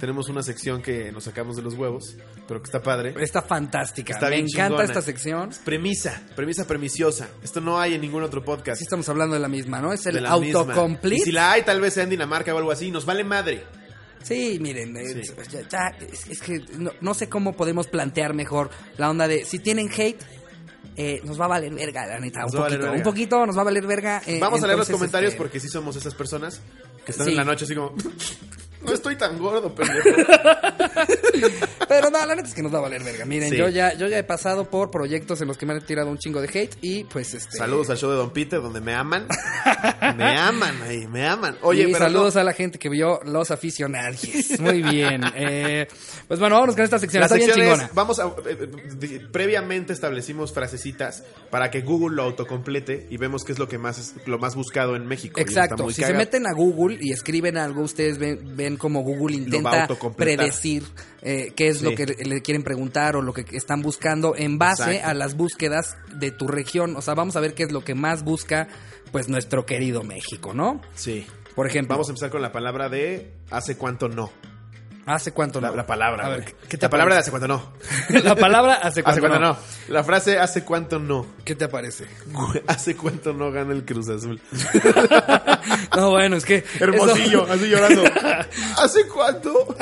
[SPEAKER 1] Tenemos una sección que nos sacamos de los huevos, pero que está padre.
[SPEAKER 2] Está fantástica.
[SPEAKER 1] Está
[SPEAKER 2] Me
[SPEAKER 1] bien
[SPEAKER 2] encanta
[SPEAKER 1] chingona.
[SPEAKER 2] esta sección.
[SPEAKER 1] Premisa, premisa premiciosa. Esto no hay en ningún otro podcast.
[SPEAKER 2] Así estamos hablando de la misma, ¿no? Es
[SPEAKER 1] De
[SPEAKER 2] el
[SPEAKER 1] la misma. Y
[SPEAKER 2] autocomplete.
[SPEAKER 1] Si la hay, tal vez sea en Dinamarca o algo así. Nos vale madre.
[SPEAKER 2] Sí, miren, eh,
[SPEAKER 1] Sí.
[SPEAKER 2] ya- ya, es, es que no, no sé cómo podemos plantear mejor la onda de si tienen hate. eh, nos va a valer verga, la neta. Un
[SPEAKER 1] Nos va a valer
[SPEAKER 2] poquito,
[SPEAKER 1] verga.
[SPEAKER 2] un poquito nos va a valer verga. eh,
[SPEAKER 1] Vamos a leer los
[SPEAKER 2] entonces,
[SPEAKER 1] comentarios
[SPEAKER 2] este,
[SPEAKER 1] porque sí somos esas personas que están
[SPEAKER 2] Sí.
[SPEAKER 1] en la noche así como. No estoy tan gordo, pendejo.
[SPEAKER 2] (laughs) Pero no, la neta es que nos va a valer verga. Miren,
[SPEAKER 1] Sí.
[SPEAKER 2] yo ya yo ya he pasado por proyectos en los que me han tirado un chingo de hate y pues este.
[SPEAKER 1] Saludos al show de Don Peter, donde me aman.
[SPEAKER 2] (laughs)
[SPEAKER 1] Me aman ahí, me aman. Oye,
[SPEAKER 2] y
[SPEAKER 1] pero
[SPEAKER 2] saludos
[SPEAKER 1] no,
[SPEAKER 2] a la gente que vio Los Aficionados.
[SPEAKER 1] (laughs)
[SPEAKER 2] Muy bien. eh, pues bueno, vámonos con esta sección.
[SPEAKER 1] la
[SPEAKER 2] Está bien
[SPEAKER 1] sección es-
[SPEAKER 2] chingona.
[SPEAKER 1] vamos a. eh, eh, previamente establecimos frasecitas para que Google lo autocomplete y vemos qué es lo que más es, lo más buscado en México. Y está
[SPEAKER 2] Exacto.
[SPEAKER 1] muy
[SPEAKER 2] Si se
[SPEAKER 1] cagado.
[SPEAKER 2] meten a Google y escriben algo, ustedes ven, ven como Google
[SPEAKER 1] va a
[SPEAKER 2] intenta
[SPEAKER 1] autocompletar.
[SPEAKER 2] predecir eh, qué es
[SPEAKER 1] Sí.
[SPEAKER 2] lo que le le quieren preguntar o lo que están buscando en base
[SPEAKER 1] Exacto.
[SPEAKER 2] a las búsquedas de tu región. O sea, vamos a ver qué es lo que más busca, pues, nuestro querido México, ¿no?
[SPEAKER 1] Sí.
[SPEAKER 2] Por ejemplo,
[SPEAKER 1] Vamos a empezar con la palabra de hace cuánto no.
[SPEAKER 2] ¿hace cuánto
[SPEAKER 1] La,
[SPEAKER 2] no?
[SPEAKER 1] la palabra.
[SPEAKER 2] A ver,
[SPEAKER 1] güey.
[SPEAKER 2] ¿qué te
[SPEAKER 1] la palabra de
[SPEAKER 2] parece?
[SPEAKER 1] hace cuánto no.
[SPEAKER 2] (laughs) la palabra hace cuánto,
[SPEAKER 1] (laughs) Hace cuánto
[SPEAKER 2] no?
[SPEAKER 1] no. La frase hace cuánto no.
[SPEAKER 2] ¿Qué te parece?
[SPEAKER 1] Güey, ¿Hace cuánto no gana el Cruz
[SPEAKER 2] (laughs)
[SPEAKER 1] Azul?
[SPEAKER 2] No, bueno, es que.
[SPEAKER 1] (laughs) Hermosillo,
[SPEAKER 2] eso-
[SPEAKER 1] así
[SPEAKER 2] (laughs)
[SPEAKER 1] llorando. ¿Hace cuánto?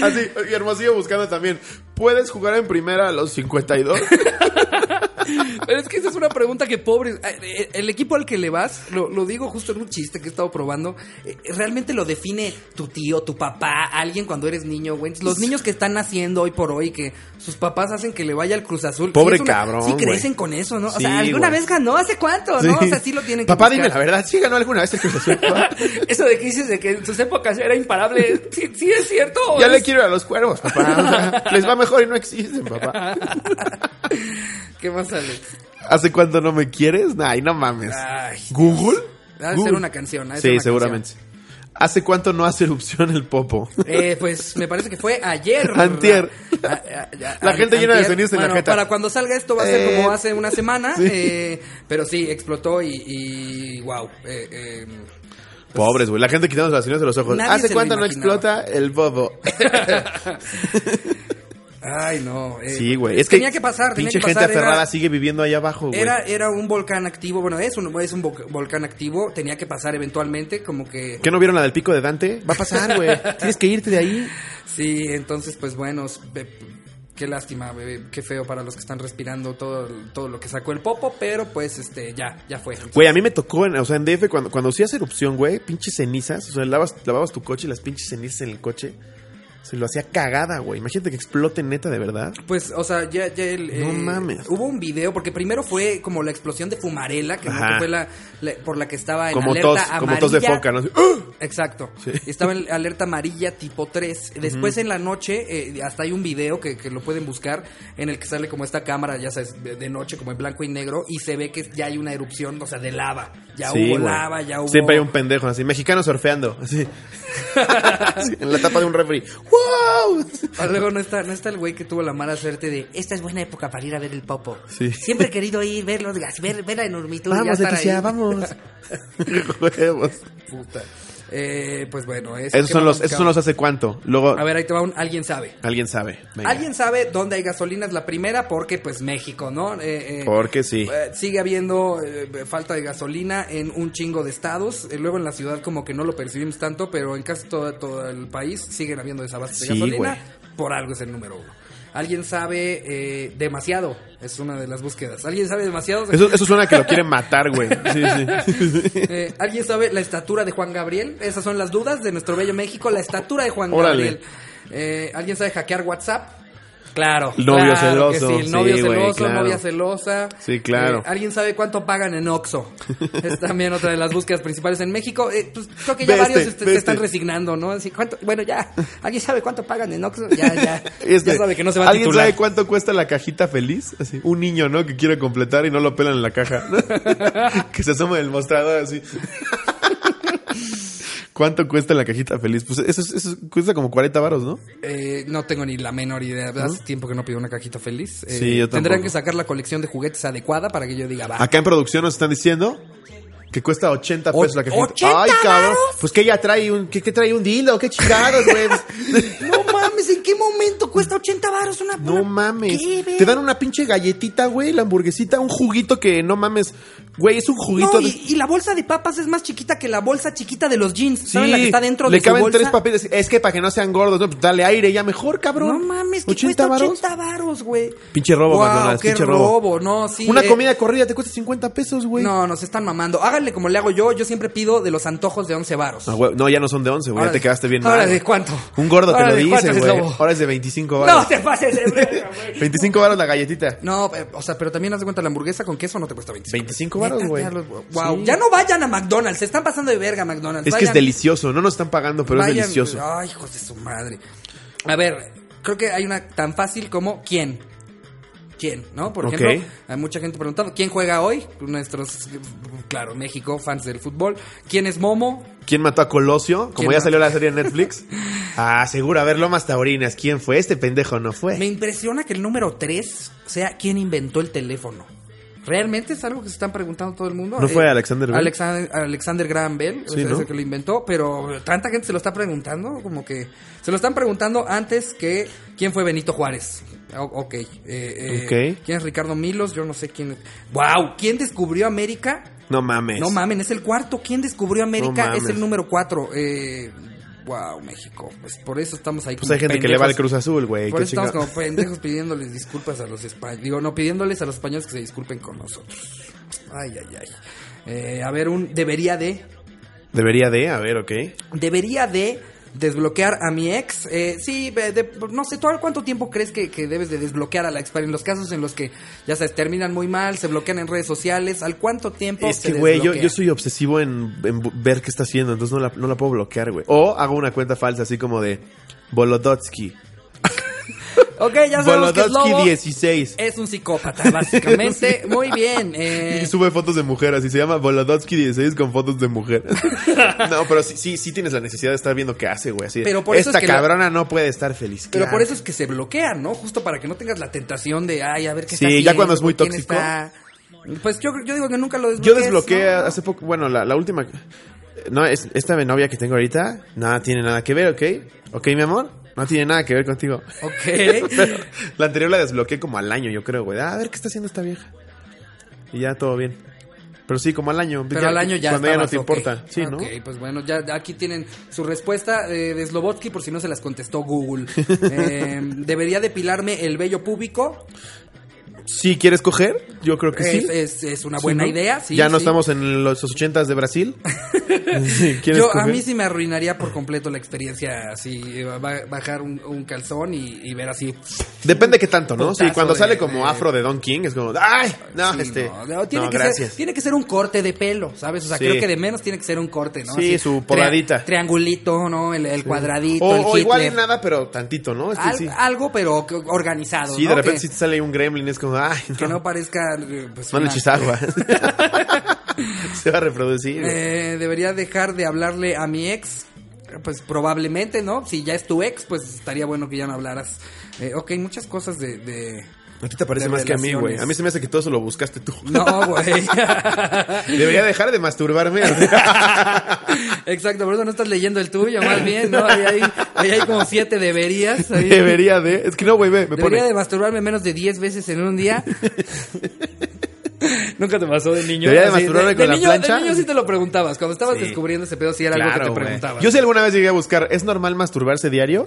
[SPEAKER 1] así, y Hermosillo buscando también. ¿Puedes jugar en primera a los 52?
[SPEAKER 2] Pero es que esa es una pregunta que pobre. eh, El equipo al que le vas, lo, lo digo justo en un chiste que he estado probando, eh, realmente lo define tu tío, tu papá, alguien cuando eres niño, güey. Los niños que están naciendo hoy por hoy, que sus papás hacen que le vaya al Cruz Azul.
[SPEAKER 1] Pobre
[SPEAKER 2] Sí, es una-
[SPEAKER 1] cabrón,
[SPEAKER 2] Sí
[SPEAKER 1] güey.
[SPEAKER 2] crecen con eso, ¿no? O
[SPEAKER 1] Sí,
[SPEAKER 2] sea, alguna
[SPEAKER 1] güey.
[SPEAKER 2] vez ganó, ¿hace cuánto? (laughs) ¿No?
[SPEAKER 1] Sí.
[SPEAKER 2] O sea, sí lo tienen que
[SPEAKER 1] Papá,
[SPEAKER 2] buscar.
[SPEAKER 1] dime
[SPEAKER 2] (laughs)
[SPEAKER 1] la verdad, ¿sí ganó alguna vez el Cruz Azul?
[SPEAKER 4] Eso de que dices de que en sus épocas era imparable, sí, sí es cierto.
[SPEAKER 1] ya
[SPEAKER 4] es-
[SPEAKER 1] le quiero ir a los cuervos, papá. O sea, les va mejor y no existen,
[SPEAKER 2] (laughs)
[SPEAKER 1] papá.
[SPEAKER 2] ¿Qué más sale?
[SPEAKER 1] ¿Hace cuánto no me quieres? Ay, no mames.
[SPEAKER 2] Ay,
[SPEAKER 1] ¿Google?
[SPEAKER 2] ha de
[SPEAKER 1] Google.
[SPEAKER 2] ser una canción. ha de ser
[SPEAKER 1] Sí,
[SPEAKER 2] una
[SPEAKER 1] seguramente. ¿Hace cuánto no hace erupción el popo?
[SPEAKER 2] canción. Eh, (laughs) pues me parece que fue
[SPEAKER 1] (laughs)
[SPEAKER 2] ayer.
[SPEAKER 1] Antier.
[SPEAKER 2] A- a- a-
[SPEAKER 1] La
[SPEAKER 2] a-
[SPEAKER 1] gente llena de
[SPEAKER 2] antier.
[SPEAKER 1] sonidos en la
[SPEAKER 2] Bueno,
[SPEAKER 1] jeta.
[SPEAKER 2] Para cuando salga esto va a ser
[SPEAKER 1] Eh,
[SPEAKER 2] como hace
[SPEAKER 1] (laughs)
[SPEAKER 2] una semana.
[SPEAKER 1] sí.
[SPEAKER 2] eh, pero sí, explotó y, y wow. eh, eh,
[SPEAKER 1] Pobres, güey. La gente quitándose las señales de los ojos.
[SPEAKER 2] Nadie se
[SPEAKER 1] ¿Hace
[SPEAKER 2] lo
[SPEAKER 1] cuánto no
[SPEAKER 2] imaginaba.
[SPEAKER 1] explota
[SPEAKER 2] Eh,
[SPEAKER 1] el popo?
[SPEAKER 2] ay, no. eh,
[SPEAKER 1] (laughs) Sí, güey. Es que
[SPEAKER 2] tenía que pasar. Tenía
[SPEAKER 1] Pinche
[SPEAKER 2] que pasar,
[SPEAKER 1] gente aferrada
[SPEAKER 2] era-
[SPEAKER 1] sigue viviendo ahí abajo, güey.
[SPEAKER 2] Era, era un volcán activo, bueno, es un, es un vo- volcán activo, tenía que pasar eventualmente, como que...
[SPEAKER 1] ¿Qué no vieron la del pico de Dante? Va a pasar, güey. (laughs) Tienes que irte de ahí.
[SPEAKER 2] Sí, entonces, pues bueno, s- ve- qué lástima, bebé, qué feo para los que están respirando todo, todo lo que sacó el popo, pero pues este, ya, ya fue.
[SPEAKER 1] Güey, a mí me tocó, en, o sea, en DF, cuando, cuando hacías erupción, güey, pinches cenizas. O sea, lavas, lavabas tu coche y las pinches cenizas en el coche. Se lo hacía cagada, güey. Imagínate que explote neta de verdad.
[SPEAKER 2] Pues, o sea, ya, ya el, eh,
[SPEAKER 1] No mames.
[SPEAKER 2] Hubo un video, porque primero fue como la explosión de fumarela, que, no,
[SPEAKER 1] Ajá.
[SPEAKER 2] que fue la, la- por la que estaba en
[SPEAKER 1] Como
[SPEAKER 2] alerta
[SPEAKER 1] tos,
[SPEAKER 2] amarilla.
[SPEAKER 1] como tos de foca, ¿no? Así, ¡ah!
[SPEAKER 2] Exacto.
[SPEAKER 1] Sí.
[SPEAKER 2] Estaba en alerta amarilla tipo 3. Después en la noche, eh, hasta hay un video que, que lo pueden buscar en el que sale como esta cámara, ya sabes, de, de noche, como en blanco y negro, y se ve que ya hay una erupción, o sea, de lava. Ya
[SPEAKER 1] Sí,
[SPEAKER 2] hubo
[SPEAKER 1] güey.
[SPEAKER 2] lava, ya hubo.
[SPEAKER 1] Siempre hay un pendejo así, mexicano surfeando,
[SPEAKER 2] (laughs)
[SPEAKER 1] así. Así, en la tapa de un refri. ¡Wow!
[SPEAKER 2] Ah, Luego no está, no está el güey que tuvo la mala suerte de.
[SPEAKER 3] Esta es buena época para ir a ver el popo.
[SPEAKER 1] Sí.
[SPEAKER 3] Siempre he querido ir, verlo, ver, ver la enormitud. y ya
[SPEAKER 1] Vamos,
[SPEAKER 3] estar
[SPEAKER 1] Leticia,
[SPEAKER 3] ahí.
[SPEAKER 1] vamos.
[SPEAKER 2] (laughs)
[SPEAKER 1] (laughs) Huevos.
[SPEAKER 2] Puta. Eh, pues bueno, eso.
[SPEAKER 1] Esos
[SPEAKER 2] ¿qué
[SPEAKER 1] son
[SPEAKER 2] más
[SPEAKER 1] los, esos son los
[SPEAKER 2] buscamos?
[SPEAKER 1] hace cuánto. Luego,
[SPEAKER 2] A ver, ahí te va un. Alguien sabe.
[SPEAKER 1] alguien sabe. Venga.
[SPEAKER 2] Alguien sabe dónde hay gasolinas la primera porque pues México, ¿no? Eh, eh,
[SPEAKER 1] Porque sí.
[SPEAKER 2] eh, sigue habiendo eh, falta de gasolina en un chingo de estados. Eh, luego en la ciudad como que no lo percibimos tanto, pero en casi todo, todo el país siguen habiendo desabastos de
[SPEAKER 1] Sí,
[SPEAKER 2] gasolina.
[SPEAKER 1] güey.
[SPEAKER 2] Por algo es el número uno. Alguien sabe eh, demasiado. Es una de las búsquedas. Alguien sabe demasiado.
[SPEAKER 1] Eso, eso suena que lo quieren matar, güey. Sí,
[SPEAKER 2] (laughs)
[SPEAKER 1] sí.
[SPEAKER 2] Eh, ¿Alguien sabe la estatura de Juan Gabriel? Esas son las dudas de nuestro bello México. La estatura de Juan
[SPEAKER 1] Órale.
[SPEAKER 2] Gabriel. Eh, ¿Alguien sabe hackear WhatsApp? Claro.
[SPEAKER 1] Novio
[SPEAKER 2] claro que
[SPEAKER 1] celoso.
[SPEAKER 2] sí, el novio
[SPEAKER 1] Sí, güey,
[SPEAKER 2] celoso,
[SPEAKER 1] claro.
[SPEAKER 2] novia celosa.
[SPEAKER 1] Sí, claro.
[SPEAKER 2] Eh, ¿Alguien sabe cuánto pagan
[SPEAKER 1] (laughs)
[SPEAKER 2] en Oxxo? es también otra de las búsquedas principales en México. Eh, pues creo que ya
[SPEAKER 1] Ve
[SPEAKER 2] varios
[SPEAKER 1] este,
[SPEAKER 2] est-
[SPEAKER 1] ve
[SPEAKER 2] se están
[SPEAKER 1] este.
[SPEAKER 2] resignando, ¿no? Así, ¿cuánto? Bueno, ya. ¿Alguien sabe cuánto pagan en Oxxo?
[SPEAKER 1] (laughs)
[SPEAKER 2] Ya, ya.
[SPEAKER 1] Este,
[SPEAKER 2] ya sabe que no se va a
[SPEAKER 1] ¿Alguien
[SPEAKER 2] titular.
[SPEAKER 1] sabe cuánto cuesta la cajita feliz? Así, un niño, ¿no? Que quiere completar y no lo pelan en la
[SPEAKER 2] (laughs)
[SPEAKER 1] caja. que se asoma del mostrador así. ¿Cuánto cuesta la cajita feliz? Pues eso, es- eso cuesta como 40 varos, ¿no?
[SPEAKER 2] Eh, no tengo ni la menor idea. Hace tiempo que no pido una cajita feliz. Eh,
[SPEAKER 1] Sí, yo
[SPEAKER 2] Tendrán
[SPEAKER 1] tampoco.
[SPEAKER 2] que sacar la colección de juguetes adecuada para que yo diga, va.
[SPEAKER 1] Acá en producción nos están diciendo que cuesta 80
[SPEAKER 2] O-
[SPEAKER 1] pesos la cajita.
[SPEAKER 2] 80
[SPEAKER 1] ¡Ay, cabrón!
[SPEAKER 2] varos.
[SPEAKER 1] Pues que ella trae un, que, que trae un dildo, qué chingados, güey.
[SPEAKER 2] (laughs)
[SPEAKER 3] No mames, ¿en qué momento cuesta 80 varos una
[SPEAKER 1] No mames.
[SPEAKER 3] ¿Qué, ve?
[SPEAKER 1] Te dan una pinche galletita, güey, la hamburguesita, un juguito que no mames. Güey, es un juguito
[SPEAKER 2] No,
[SPEAKER 1] de.
[SPEAKER 2] y, y la bolsa de papas es más chiquita que la bolsa chiquita de los jeans. ¿Saben
[SPEAKER 1] Sí,
[SPEAKER 2] la que está dentro
[SPEAKER 1] le
[SPEAKER 2] de su
[SPEAKER 1] caben
[SPEAKER 2] bolsa?
[SPEAKER 1] tres papeles. Es que para que no sean gordos, ¿no? Pues dale aire ya mejor,
[SPEAKER 2] No
[SPEAKER 1] cabrón.
[SPEAKER 2] mames, que
[SPEAKER 1] 80
[SPEAKER 2] cuesta
[SPEAKER 1] varos.
[SPEAKER 2] 80 varos, güey.
[SPEAKER 1] Pinche robo,
[SPEAKER 2] Guau,
[SPEAKER 1] McDonald's,
[SPEAKER 2] qué
[SPEAKER 1] pinche robo.
[SPEAKER 2] robo. no, sí.
[SPEAKER 1] Una
[SPEAKER 2] eh,
[SPEAKER 1] comida corrida te cuesta 50 pesos, güey.
[SPEAKER 2] No, nos están mamando. Háganle como le hago yo. Yo siempre pido de los antojos de 11 varos.
[SPEAKER 1] No, Ah, güey, no, ya no son de 11, güey. Ya
[SPEAKER 2] Ahora
[SPEAKER 1] te
[SPEAKER 2] de-
[SPEAKER 1] quedaste bien
[SPEAKER 2] ahora
[SPEAKER 1] mal.
[SPEAKER 2] de cuánto.
[SPEAKER 1] Un gordo
[SPEAKER 2] Ahora
[SPEAKER 1] te
[SPEAKER 2] de
[SPEAKER 1] lo dice,
[SPEAKER 2] cuánto es
[SPEAKER 1] güey.
[SPEAKER 2] lobo.
[SPEAKER 1] Ahora es de 25
[SPEAKER 2] No
[SPEAKER 1] varos.
[SPEAKER 2] te pases de
[SPEAKER 1] (laughs)
[SPEAKER 2] verga, güey.
[SPEAKER 1] 25 varos la galletita.
[SPEAKER 2] No, pero, o sea, pero también haz de cuenta la hamburguesa con queso no te cuesta 25.
[SPEAKER 1] 25 varos,
[SPEAKER 2] Neta,
[SPEAKER 1] güey.
[SPEAKER 2] ya los- Wow,
[SPEAKER 1] Sí.
[SPEAKER 2] ya no vayan a McDonald's, se están pasando de verga McDonald's.
[SPEAKER 1] Es que es
[SPEAKER 2] Vayan-
[SPEAKER 1] delicioso. No nos están pagando, pero es
[SPEAKER 2] vayan- ah.
[SPEAKER 1] delicioso.
[SPEAKER 2] Ay, hijos de su madre. A ver, creo que hay una tan fácil como quién. ¿Quién? ¿No? Por
[SPEAKER 1] Ok.
[SPEAKER 2] ejemplo, hay mucha gente preguntando, ¿quién juega hoy? Nuestros, claro, México, fans del fútbol. ¿Quién es Momo?
[SPEAKER 1] ¿Quién mató a Colosio? Como
[SPEAKER 2] ¿Quién
[SPEAKER 1] ya
[SPEAKER 2] mató?
[SPEAKER 1] salió la serie en Netflix. ah, seguro. A ver, Lomas Taurinas. ¿Quién fue? Este pendejo no fue.
[SPEAKER 2] Me impresiona que el número 3 sea quién inventó el teléfono. ¿Realmente es algo que se están preguntando todo el mundo?
[SPEAKER 1] ¿No fue Alexander Bell?
[SPEAKER 2] Alexander, Alexander Graham Bell, o
[SPEAKER 1] Sí,
[SPEAKER 2] sea,
[SPEAKER 1] ¿no?
[SPEAKER 2] es el que lo inventó, pero tanta gente se lo está preguntando, como que se lo están preguntando antes que quién fue Benito Juárez. O- ok. eh, eh,
[SPEAKER 1] Ok.
[SPEAKER 2] ¿Quién es Ricardo Milos? Yo no sé quién es. ¡Wow! ¿Quién descubrió América?
[SPEAKER 1] No mames.
[SPEAKER 2] No mamen, es el cuarto. ¿Quién descubrió América?
[SPEAKER 1] No
[SPEAKER 2] es
[SPEAKER 1] mames.
[SPEAKER 2] el número 4. Eh, wow, México, pues por eso estamos ahí
[SPEAKER 1] Pues hay gente que le va al Cruz Azul, güey.
[SPEAKER 2] Por
[SPEAKER 1] qué
[SPEAKER 2] eso estamos
[SPEAKER 1] chingado.
[SPEAKER 2] como pendejos pidiéndoles disculpas a los españoles. Digo, no, pidiéndoles a los españoles que se disculpen con nosotros. Ay, ay, ay. Eh, a ver, un debería de.
[SPEAKER 1] Debería de, a ver, ok.
[SPEAKER 2] Debería de desbloquear a mi ex. Eh, sí, de- de- no sé, ¿tú al cuánto tiempo crees que, que debes de desbloquear a la ex? Pero en los casos en los que, ya sabes, terminan muy mal, se bloquean en redes sociales, ¿al cuánto tiempo
[SPEAKER 1] Es
[SPEAKER 2] se
[SPEAKER 1] que, güey, yo,
[SPEAKER 2] desbloquea?
[SPEAKER 1] yo soy obsesivo en, en bu- ver qué está haciendo, entonces no la, no la puedo bloquear, güey. O hago una cuenta falsa, así como de Bolodotsky.
[SPEAKER 2] Ok, ya sabemos que es
[SPEAKER 1] Bolodotsky
[SPEAKER 2] lobo.
[SPEAKER 1] 16.
[SPEAKER 2] Es un
[SPEAKER 1] (laughs)
[SPEAKER 2] psicópata, básicamente. Muy bien. eh,
[SPEAKER 1] Y sube fotos de mujer, así se llama Bolodotsky 16 con fotos de mujer.
[SPEAKER 2] (laughs)
[SPEAKER 1] no, pero sí, sí, sí tienes la necesidad de estar viendo qué hace, güey. Así de,
[SPEAKER 2] Pero por eso
[SPEAKER 1] Esta
[SPEAKER 2] es que la-
[SPEAKER 1] cabrona no puede estar feliz.
[SPEAKER 2] Pero
[SPEAKER 1] claro.
[SPEAKER 2] por eso es que se bloquean, ¿no? Justo para que no tengas la tentación de, ay, a ver qué
[SPEAKER 1] Sí,
[SPEAKER 2] está
[SPEAKER 1] ya
[SPEAKER 2] haciendo,
[SPEAKER 1] cuando es muy
[SPEAKER 2] con quién
[SPEAKER 1] tóxico.
[SPEAKER 2] está. Pues yo, yo digo que nunca lo
[SPEAKER 1] Yo
[SPEAKER 2] desbloquees.
[SPEAKER 1] desbloqueé
[SPEAKER 2] ¿no?
[SPEAKER 1] hace poco, bueno, la, la última. No, es, esta novia que tengo ahorita, nada tiene nada que ver, ¿ok? ¿Ok, mi amor? No tiene nada que ver contigo.
[SPEAKER 2] Ok.
[SPEAKER 1] La anterior la desbloqueé como al año, yo creo, güey. Ah, a ver qué está haciendo esta vieja. Y ya todo bien. Pero sí, como al año.
[SPEAKER 2] Pero al año ya
[SPEAKER 1] Cuando (laughs) ya no
[SPEAKER 2] estabas,
[SPEAKER 1] te
[SPEAKER 2] ok.
[SPEAKER 1] importa. Sí, ¿no?
[SPEAKER 2] Ok, pues bueno, ya aquí tienen su respuesta eh, de Slobotsky por si no se las
[SPEAKER 1] (laughs)
[SPEAKER 2] contestó Google. Eh, ¿Debería depilarme el vello púbico?
[SPEAKER 1] Si quieres coger, yo creo que
[SPEAKER 2] Es,
[SPEAKER 1] sí.
[SPEAKER 2] es- es una
[SPEAKER 1] Sí,
[SPEAKER 2] buena
[SPEAKER 1] ¿no?
[SPEAKER 2] idea, sí.
[SPEAKER 1] Ya no
[SPEAKER 2] sí.
[SPEAKER 1] estamos en los ochentas de
[SPEAKER 2] (laughs)
[SPEAKER 1] Brasil. Sí, ¿Quieres
[SPEAKER 2] Yo, a
[SPEAKER 1] coger?
[SPEAKER 2] mí sí me arruinaría por completo la experiencia, así, eh, ba- bajar un, un calzón y, y ver así
[SPEAKER 1] Depende qué tanto, ¿no? Sí,
[SPEAKER 2] Putazo
[SPEAKER 1] cuando
[SPEAKER 2] de-
[SPEAKER 1] sale como
[SPEAKER 2] de-
[SPEAKER 1] afro de Don King, es como, ¡ay! No,
[SPEAKER 2] Sí,
[SPEAKER 1] este.
[SPEAKER 2] no,
[SPEAKER 1] No,
[SPEAKER 2] no, tiene, que
[SPEAKER 1] gracias.
[SPEAKER 2] Ser, tiene que ser un corte de pelo, ¿sabes? O sea,
[SPEAKER 1] Sí.
[SPEAKER 2] creo que de menos tiene que ser un corte, ¿no?
[SPEAKER 1] Sí, su podadita.
[SPEAKER 2] tria- triangulito, ¿no? El, el cuadradito,
[SPEAKER 1] O,
[SPEAKER 2] el
[SPEAKER 1] o igual
[SPEAKER 2] Hitler.
[SPEAKER 1] nada, pero tantito, ¿no? Este,
[SPEAKER 2] Al-
[SPEAKER 1] sí.
[SPEAKER 2] Algo, pero que- organizado,
[SPEAKER 1] Sí,
[SPEAKER 2] ¿no?
[SPEAKER 1] de repente
[SPEAKER 2] que,
[SPEAKER 1] si te sale un gremlin, es como, ¡ay!
[SPEAKER 2] que
[SPEAKER 1] No,
[SPEAKER 2] no parezca... eh, Pues,
[SPEAKER 1] no le
[SPEAKER 2] una-
[SPEAKER 1] eches agua. (laughs) Se va a reproducir. güey.
[SPEAKER 2] Eh, debería dejar de hablarle a mi ex. Pues probablemente, ¿no? Si ya es tu ex, pues estaría bueno que ya no hablaras. Eh, ok, muchas cosas de- de...
[SPEAKER 1] ¿A ti te parece
[SPEAKER 2] de
[SPEAKER 1] más que a mí, güey?
[SPEAKER 2] relaciones.
[SPEAKER 1] A mí se me hace que todo eso lo buscaste tú.
[SPEAKER 2] No, güey.
[SPEAKER 1] (laughs) Debería dejar de
[SPEAKER 2] (laughs)
[SPEAKER 1] masturbarme.
[SPEAKER 2] Exacto, por eso no estás leyendo el tuyo, más bien, ¿no? Ahí hay, ahí hay como siete deberías. ahí.
[SPEAKER 1] (laughs) Debería de. Es que no, güey, ve, me
[SPEAKER 2] Debería
[SPEAKER 1] pone.
[SPEAKER 2] de masturbarme menos de 10 veces en un (laughs) día.
[SPEAKER 4] Nunca te pasó de niño.
[SPEAKER 1] Debería de
[SPEAKER 4] Así
[SPEAKER 1] masturbarme
[SPEAKER 2] De
[SPEAKER 1] con la
[SPEAKER 2] niño,
[SPEAKER 1] plancha.
[SPEAKER 2] de niño sí te lo preguntabas. Cuando estabas
[SPEAKER 1] Sí.
[SPEAKER 2] descubriendo ese pedo, sí era algo que
[SPEAKER 1] Claro,
[SPEAKER 2] te
[SPEAKER 1] güey.
[SPEAKER 2] preguntabas.
[SPEAKER 1] Yo sí alguna vez llegué a buscar, ¿es normal masturbarse diario?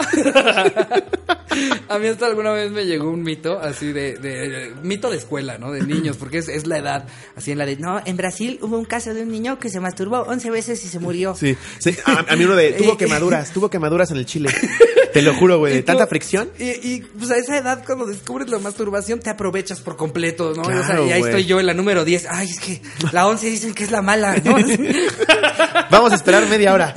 [SPEAKER 2] A mí hasta alguna vez me llegó un mito así de, de- de- mito de escuela, ¿no? De niños, porque es, es la edad. Así en la de...
[SPEAKER 3] No, en Brasil hubo un caso de un niño que se masturbó 11 veces y se murió.
[SPEAKER 1] Sí. Sí, A, a mí uno de, tuvo
[SPEAKER 2] (laughs)
[SPEAKER 1] quemaduras, tuvo quemaduras en el chile. Te lo juro, güey, de
[SPEAKER 2] Y
[SPEAKER 1] tanta
[SPEAKER 2] tú-
[SPEAKER 1] fricción.
[SPEAKER 2] Y, y, pues a esa edad, cuando descubres la masturbación, te aprovechas por completo, ¿no?
[SPEAKER 1] Claro,
[SPEAKER 2] O sea, y ahí
[SPEAKER 1] güey.
[SPEAKER 2] estoy yo en la número 10. Ay, es que la 11 dicen que es la mala,
[SPEAKER 1] (laughs)
[SPEAKER 2] ¿no? (laughs)
[SPEAKER 1] Vamos a esperar media hora.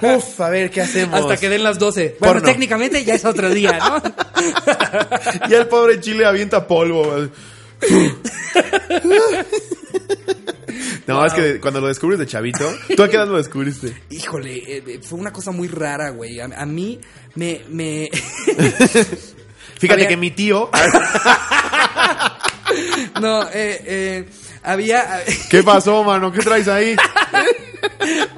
[SPEAKER 2] (laughs)
[SPEAKER 1] Uf, a ver, ¿qué hacemos?
[SPEAKER 2] Hasta que den las 12. Bueno,
[SPEAKER 1] Porno.
[SPEAKER 2] técnicamente ya es otro
[SPEAKER 1] (laughs)
[SPEAKER 2] día, ¿no? (laughs)
[SPEAKER 1] Y el pobre chile avienta polvo. güey. (laughs) No, es que cuando lo descubres de chavito, ¿tú a qué edad lo descubriste?
[SPEAKER 2] Híjole, eh, eh, fue una cosa muy rara, güey. A, a mí me... me... (laughs)
[SPEAKER 1] Fíjate
[SPEAKER 2] Había-
[SPEAKER 1] que mi tío. (laughs)
[SPEAKER 2] no, eh, eh, había...
[SPEAKER 1] ¿Qué pasó, mano? ¿Qué traes ahí?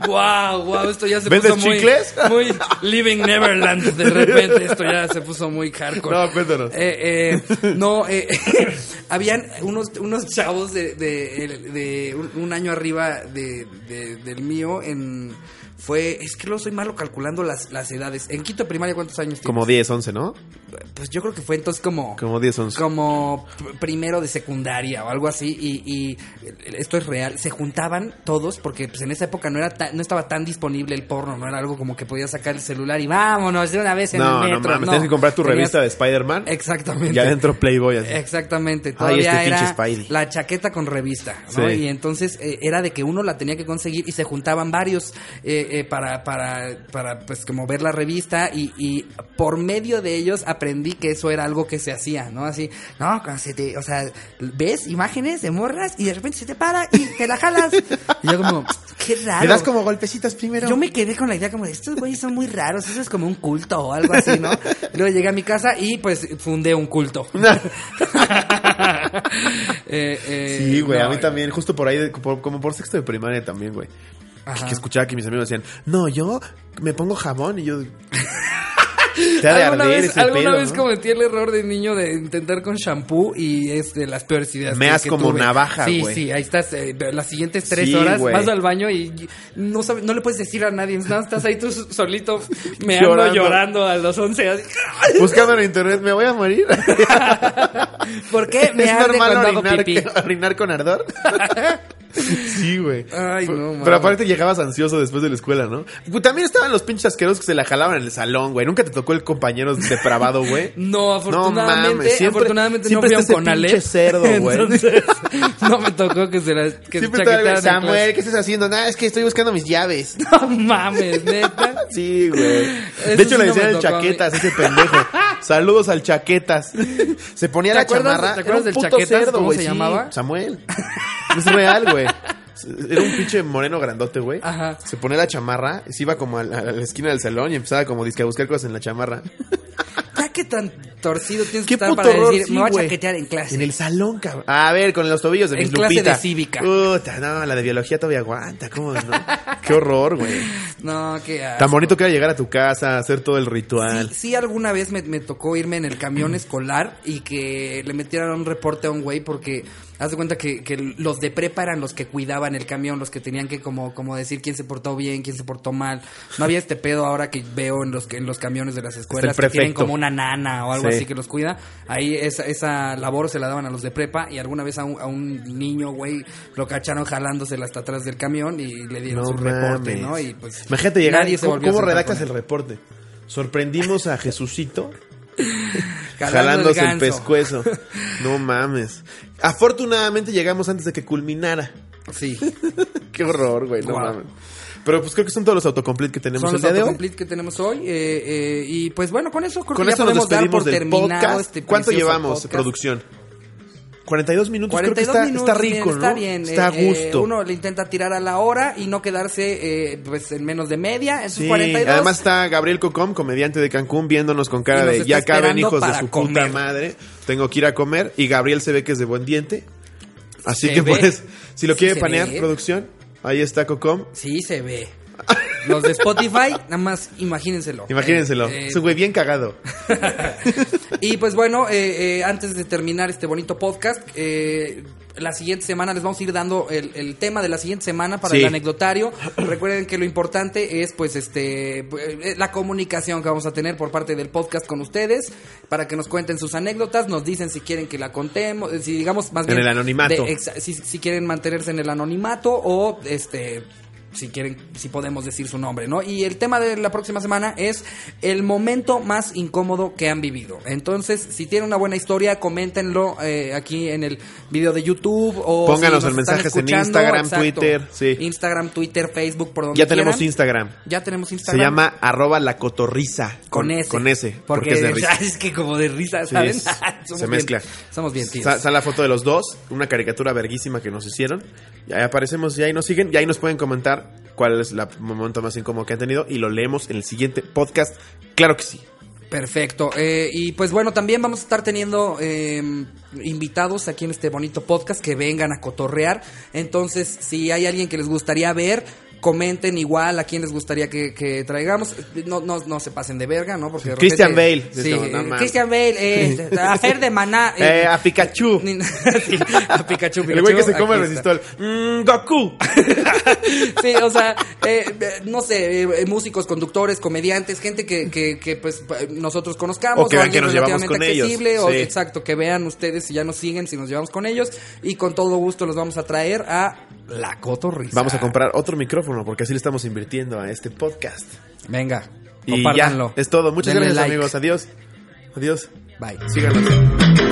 [SPEAKER 2] Wow, wow, esto ya se
[SPEAKER 1] ¿Vendes
[SPEAKER 2] puso muy,
[SPEAKER 1] chicles?
[SPEAKER 2] muy Living Neverland. De repente esto ya se puso muy hardcore.
[SPEAKER 1] No, cuéntanos.
[SPEAKER 2] Eh, eh, no, eh, (laughs) habían unos unos chavos de, de, de un, un año arriba de, de- del mío en fue es que lo soy malo calculando las, las edades. En quinto de primaria cuántos años tienes?
[SPEAKER 1] Como 10, 11, ¿no?
[SPEAKER 2] pues yo creo que fue entonces como
[SPEAKER 1] Como 10, 11.
[SPEAKER 2] como pr- primero de secundaria o algo así y, y esto es real se juntaban todos porque pues en esa época no era ta- no estaba tan disponible el porno no era algo como que podías sacar el celular y vámonos de una vez en
[SPEAKER 1] No,
[SPEAKER 2] el
[SPEAKER 1] no
[SPEAKER 2] metro
[SPEAKER 1] mames, tienes que comprar tu
[SPEAKER 2] Tenías-
[SPEAKER 1] revista de Spider-Man.
[SPEAKER 2] exactamente
[SPEAKER 1] Y adentro Playboy. así.
[SPEAKER 2] Exactamente,
[SPEAKER 1] Ay,
[SPEAKER 2] todavía
[SPEAKER 1] este pinche
[SPEAKER 2] era
[SPEAKER 1] Spidey.
[SPEAKER 2] la chaqueta con revista, ¿no?
[SPEAKER 1] Sí.
[SPEAKER 2] Y entonces eh, era de que uno la tenía que conseguir y se juntaban varios eh, eh, para, para, para, pues, como ver la revista y, y por medio de ellos aprendí que eso era algo que se hacía, ¿no? Así, no, cuando se te- o sea, ves imágenes de morras y de repente se te para y te
[SPEAKER 1] (laughs)
[SPEAKER 2] la jalas. y yo como, qué raro.
[SPEAKER 1] Le das como golpecitas primero.
[SPEAKER 2] Yo me quedé con la idea como de estos güeyes son muy raros, eso es como un culto o algo así,
[SPEAKER 1] (laughs)
[SPEAKER 2] ¿no? Luego llegué a mi casa y pues fundé un culto. (laughs) Eh, eh,
[SPEAKER 1] Sí, güey, a
[SPEAKER 2] no,
[SPEAKER 1] mí también, justo por ahí, de- por- como por sexto de primaria también, güey. Que-
[SPEAKER 2] Ajá. (laughs)
[SPEAKER 1] Que escuchaba que mis amigos decían, no, yo me pongo jabón y yo... Te ha de
[SPEAKER 2] alguna
[SPEAKER 1] arder
[SPEAKER 2] vez,
[SPEAKER 1] ese
[SPEAKER 2] alguna
[SPEAKER 1] pedo,
[SPEAKER 2] vez
[SPEAKER 1] ¿no?
[SPEAKER 2] cometí el error de niño de intentar con shampoo y es de las peores ideas.
[SPEAKER 1] Me
[SPEAKER 2] que-
[SPEAKER 1] haz
[SPEAKER 2] que
[SPEAKER 1] como
[SPEAKER 2] tuve.
[SPEAKER 1] navaja,
[SPEAKER 2] Sí,
[SPEAKER 1] güey.
[SPEAKER 2] sí, ahí estás. eh, las siguientes tres
[SPEAKER 1] Sí,
[SPEAKER 2] horas
[SPEAKER 1] güey.
[SPEAKER 2] vas al baño y no sabes, no le puedes decir a nadie. Nada, más estás ahí tú solito me llorando.
[SPEAKER 1] (laughs) Llorando.
[SPEAKER 2] llorando a los 11. así,
[SPEAKER 1] (laughs)
[SPEAKER 2] (laughs)
[SPEAKER 1] Buscando en internet, ¿me voy a morir?
[SPEAKER 2] ¿Por qué (laughs)
[SPEAKER 1] (laughs)
[SPEAKER 2] me
[SPEAKER 1] ¿Es
[SPEAKER 2] arde
[SPEAKER 1] normal
[SPEAKER 2] cuando hago
[SPEAKER 1] orinar,
[SPEAKER 2] pipí?
[SPEAKER 1] orinar con
[SPEAKER 2] (laughs)
[SPEAKER 1] ardor? sí, güey.
[SPEAKER 2] Ay, no,
[SPEAKER 1] Pero
[SPEAKER 2] mames.
[SPEAKER 1] aparte llegabas ansioso después de la escuela, ¿no? Pues También estaban los pinches asquerosos que se la jalaban en el salón, güey. Nunca te tocó el compañero depravado, güey.
[SPEAKER 2] (laughs) No, afortunadamente,
[SPEAKER 1] mames, siempre-
[SPEAKER 2] afortunadamente
[SPEAKER 1] siempre
[SPEAKER 2] no
[SPEAKER 1] está
[SPEAKER 2] fui a un
[SPEAKER 1] ese
[SPEAKER 2] Conalep.
[SPEAKER 1] pinche cerdo, güey.
[SPEAKER 2] Entonces, (laughs) no me tocó que se las que se
[SPEAKER 1] Siempre estaba, güey,
[SPEAKER 2] chaquetearan en
[SPEAKER 1] Samuel, ¿qué estás haciendo? Nada, es que estoy buscando mis llaves.
[SPEAKER 2] clase. (laughs) No mames, neta.
[SPEAKER 1] Sí, güey. De
[SPEAKER 2] Eso
[SPEAKER 1] hecho,
[SPEAKER 2] sí
[SPEAKER 1] le
[SPEAKER 2] no
[SPEAKER 1] decían
[SPEAKER 2] me
[SPEAKER 1] el
[SPEAKER 2] tocó a mí.
[SPEAKER 1] chaquetas, ese pendejo. Saludos al chaquetas. Se ponía
[SPEAKER 2] ¿Te
[SPEAKER 1] la
[SPEAKER 2] acuerdas-
[SPEAKER 1] chamarra.
[SPEAKER 2] te acuerdas
[SPEAKER 1] era un
[SPEAKER 2] del
[SPEAKER 1] puto
[SPEAKER 2] Chaquetas?
[SPEAKER 1] cerdo,
[SPEAKER 2] ¿Cómo
[SPEAKER 1] güey,
[SPEAKER 2] se
[SPEAKER 1] sí,
[SPEAKER 2] llamaba?
[SPEAKER 1] Samuel. Es real, güey. Era un pinche moreno grandote, güey.
[SPEAKER 2] Ajá.
[SPEAKER 1] Se ponía la chamarra, se iba como a la, a la esquina del salón y empezaba como disque a buscar cosas en la chamarra.
[SPEAKER 2] Ya que tan torcido tienes que
[SPEAKER 1] Qué
[SPEAKER 2] estar
[SPEAKER 1] puto
[SPEAKER 2] para
[SPEAKER 1] horror,
[SPEAKER 2] decir,
[SPEAKER 1] sí,
[SPEAKER 2] me voy a
[SPEAKER 1] güey.
[SPEAKER 2] chaquetear en clase.
[SPEAKER 1] En el salón, cabrón. A ver, con los tobillos de
[SPEAKER 2] En
[SPEAKER 1] mis
[SPEAKER 2] clase
[SPEAKER 1] Lupita.
[SPEAKER 2] de cívica.
[SPEAKER 1] Puta, no, la de biología todavía aguanta, ¿cómo no? Qué horror, güey.
[SPEAKER 2] No, que asco.
[SPEAKER 1] Tan bonito que era llegar a tu casa, hacer todo el ritual.
[SPEAKER 2] Sí, sí, alguna vez me, me tocó irme en el camión escolar y que le metieran un reporte a un güey porque haz de cuenta que, que los de prepa eran los que cuidaban el camión, los que tenían que como, como decir quién se portó bien, quién se portó mal. No había este pedo ahora que veo en los que- en los camiones de las escuelas que tienen
[SPEAKER 1] prefecto.
[SPEAKER 2] como una nana o algo
[SPEAKER 1] Sí.
[SPEAKER 2] así que los cuida. Ahí esa, esa labor se la daban a los de prepa y alguna vez a un, a un niño, güey, lo cacharon jalándosela hasta atrás del camión y le dieron su reporte,
[SPEAKER 1] mames.
[SPEAKER 2] ¿no? Y pues
[SPEAKER 1] Imagínate llegar.
[SPEAKER 2] nadie se
[SPEAKER 1] ¿Cómo,
[SPEAKER 2] volvió a
[SPEAKER 1] cómo
[SPEAKER 2] sentar
[SPEAKER 1] redactas
[SPEAKER 2] con él.
[SPEAKER 1] el reporte? Sorprendimos a Jesucito
[SPEAKER 2] Jalando el
[SPEAKER 1] jalándose el,
[SPEAKER 2] ganso.
[SPEAKER 1] pescuezo.
[SPEAKER 2] (laughs)
[SPEAKER 1] No mames. Afortunadamente llegamos antes de que culminara.
[SPEAKER 2] Sí.
[SPEAKER 1] Qué horror, güey. No
[SPEAKER 2] Wow.
[SPEAKER 1] mames. Pero pues creo que son todos los autocomplete que tenemos
[SPEAKER 2] Son
[SPEAKER 1] el
[SPEAKER 2] los
[SPEAKER 1] día de hoy.
[SPEAKER 2] autocomplete que tenemos hoy. eh, eh, y pues bueno, con eso creo
[SPEAKER 1] Con
[SPEAKER 2] que ya
[SPEAKER 1] eso nos
[SPEAKER 2] podemos dar
[SPEAKER 1] despedimos
[SPEAKER 2] por
[SPEAKER 1] del
[SPEAKER 2] terminado
[SPEAKER 1] podcast.
[SPEAKER 2] este
[SPEAKER 1] ¿Cuánto
[SPEAKER 2] precioso
[SPEAKER 1] llevamos,
[SPEAKER 2] podcast.
[SPEAKER 1] producción? 42 minutos. creo
[SPEAKER 2] 42
[SPEAKER 1] que está,
[SPEAKER 2] minutos.
[SPEAKER 1] está rico,
[SPEAKER 2] bien,
[SPEAKER 1] ¿no?
[SPEAKER 2] Está bien.
[SPEAKER 1] Está a
[SPEAKER 2] eh, eh,
[SPEAKER 1] gusto.
[SPEAKER 2] uno le intenta tirar a la hora y no quedarse eh, pues en menos de media. En sus
[SPEAKER 1] Sí,
[SPEAKER 2] 42.
[SPEAKER 1] además está Gabriel Cocom, comediante de Cancún, viéndonos con cara
[SPEAKER 2] Y nos
[SPEAKER 1] de
[SPEAKER 2] está
[SPEAKER 1] ya caben
[SPEAKER 2] esperando
[SPEAKER 1] hijos de
[SPEAKER 2] para
[SPEAKER 1] su puta
[SPEAKER 2] comer".
[SPEAKER 1] madre, tengo que ir a comer. Y Gabriel se ve que es de buen diente. Así
[SPEAKER 2] Se
[SPEAKER 1] que
[SPEAKER 2] ve.
[SPEAKER 1] pues, si lo
[SPEAKER 2] Sí
[SPEAKER 1] quiere
[SPEAKER 2] se
[SPEAKER 1] panear,
[SPEAKER 2] ve.
[SPEAKER 1] producción, ahí está Cocom.
[SPEAKER 2] Sí, se ve. Los
[SPEAKER 1] (laughs)
[SPEAKER 2] de Spotify, nada más imagínenselo.
[SPEAKER 1] Imagínenselo,
[SPEAKER 2] Eh, eh,
[SPEAKER 1] es un güey bien cagado.
[SPEAKER 2] Y pues bueno, eh, eh, antes de terminar este bonito podcast, eh, la siguiente semana les vamos a ir dando el, el tema de la siguiente semana para
[SPEAKER 1] Sí.
[SPEAKER 2] el anecdotario. Recuerden que lo importante es pues este eh, la comunicación que vamos a tener por parte del podcast con ustedes para que nos cuenten sus anécdotas, nos dicen si quieren que la contemos, eh, si digamos más
[SPEAKER 1] En
[SPEAKER 2] bien
[SPEAKER 1] el anonimato.
[SPEAKER 2] de exa- si, si quieren mantenerse en el anonimato o este si quieren, si podemos decir su nombre, ¿no? Y el tema de la próxima semana es el momento más incómodo que han vivido. Entonces, si tienen una buena historia, coméntenlo eh, aquí en el video de YouTube o
[SPEAKER 1] Pónganos
[SPEAKER 2] si
[SPEAKER 1] el
[SPEAKER 2] nos están
[SPEAKER 1] mensajes en
[SPEAKER 2] escuchando,
[SPEAKER 1] Instagram, Twitter, sí.
[SPEAKER 2] Instagram, Twitter, Facebook, por donde
[SPEAKER 1] Ya tenemos
[SPEAKER 2] quieran.
[SPEAKER 1] Instagram.
[SPEAKER 2] Ya tenemos
[SPEAKER 1] Se
[SPEAKER 2] Instagram.
[SPEAKER 1] llama arroba la cotorriza.
[SPEAKER 2] con ese.
[SPEAKER 1] Con ese, porque, es
[SPEAKER 2] (laughs)
[SPEAKER 1] de risa.
[SPEAKER 2] es que como de risa, ¿saben? Ah,
[SPEAKER 1] es-
[SPEAKER 2] (laughs) Somos
[SPEAKER 1] se mezcla.
[SPEAKER 2] bien- somos bien tíos.
[SPEAKER 1] Está la foto de los dos, una caricatura verguísima que nos hicieron. Y ahí aparecemos y ahí nos siguen. Y ahí nos pueden comentar cuál es el momento más incómodo que han tenido. Y lo leemos en el siguiente podcast. Claro que sí.
[SPEAKER 2] Perfecto. Eh, y pues bueno, también vamos a estar teniendo eh, invitados aquí en este bonito podcast que vengan a cotorrear. Entonces, si hay alguien que les gustaría ver, comenten igual a quién les gustaría que, que traigamos. No, no, no se pasen de verga, ¿no? Porque de
[SPEAKER 1] Christian
[SPEAKER 2] repente-
[SPEAKER 1] Bale.
[SPEAKER 2] Sí,
[SPEAKER 1] No, no
[SPEAKER 2] eh,
[SPEAKER 1] mames.
[SPEAKER 2] Christian
[SPEAKER 1] (laughs)
[SPEAKER 2] Bale. eh, a Fer de Maná.
[SPEAKER 1] Eh,
[SPEAKER 2] (laughs)
[SPEAKER 1] a Pikachu.
[SPEAKER 2] sí, a Pikachu,
[SPEAKER 1] el güey que se
[SPEAKER 2] Pikachu,
[SPEAKER 1] come el
[SPEAKER 2] aquí está.
[SPEAKER 1] resistol. Mm,
[SPEAKER 2] (laughs)
[SPEAKER 1] Goku.
[SPEAKER 2] Sí, o sea, eh, eh, no sé, eh, eh, músicos, conductores, comediantes, gente que, que, que, pues pa- nosotros conozcamos.
[SPEAKER 1] O que vean que
[SPEAKER 2] alguien
[SPEAKER 1] nos llevamos
[SPEAKER 2] relativamente
[SPEAKER 1] con ellos,
[SPEAKER 2] accesible, O,
[SPEAKER 1] sí.
[SPEAKER 2] exacto, que vean ustedes si ya nos siguen, si nos llevamos con ellos. Y con todo gusto los vamos a traer a La Cotorrisa.
[SPEAKER 1] Vamos a comprar otro micrófono porque así le estamos invirtiendo a este podcast.
[SPEAKER 2] Venga,
[SPEAKER 1] Y
[SPEAKER 2] compártanlo.
[SPEAKER 1] ya, es todo. Muchas
[SPEAKER 2] Denle
[SPEAKER 1] gracias,
[SPEAKER 2] like.
[SPEAKER 1] amigos. Adiós. Adiós.
[SPEAKER 2] Bye.
[SPEAKER 1] Síganos.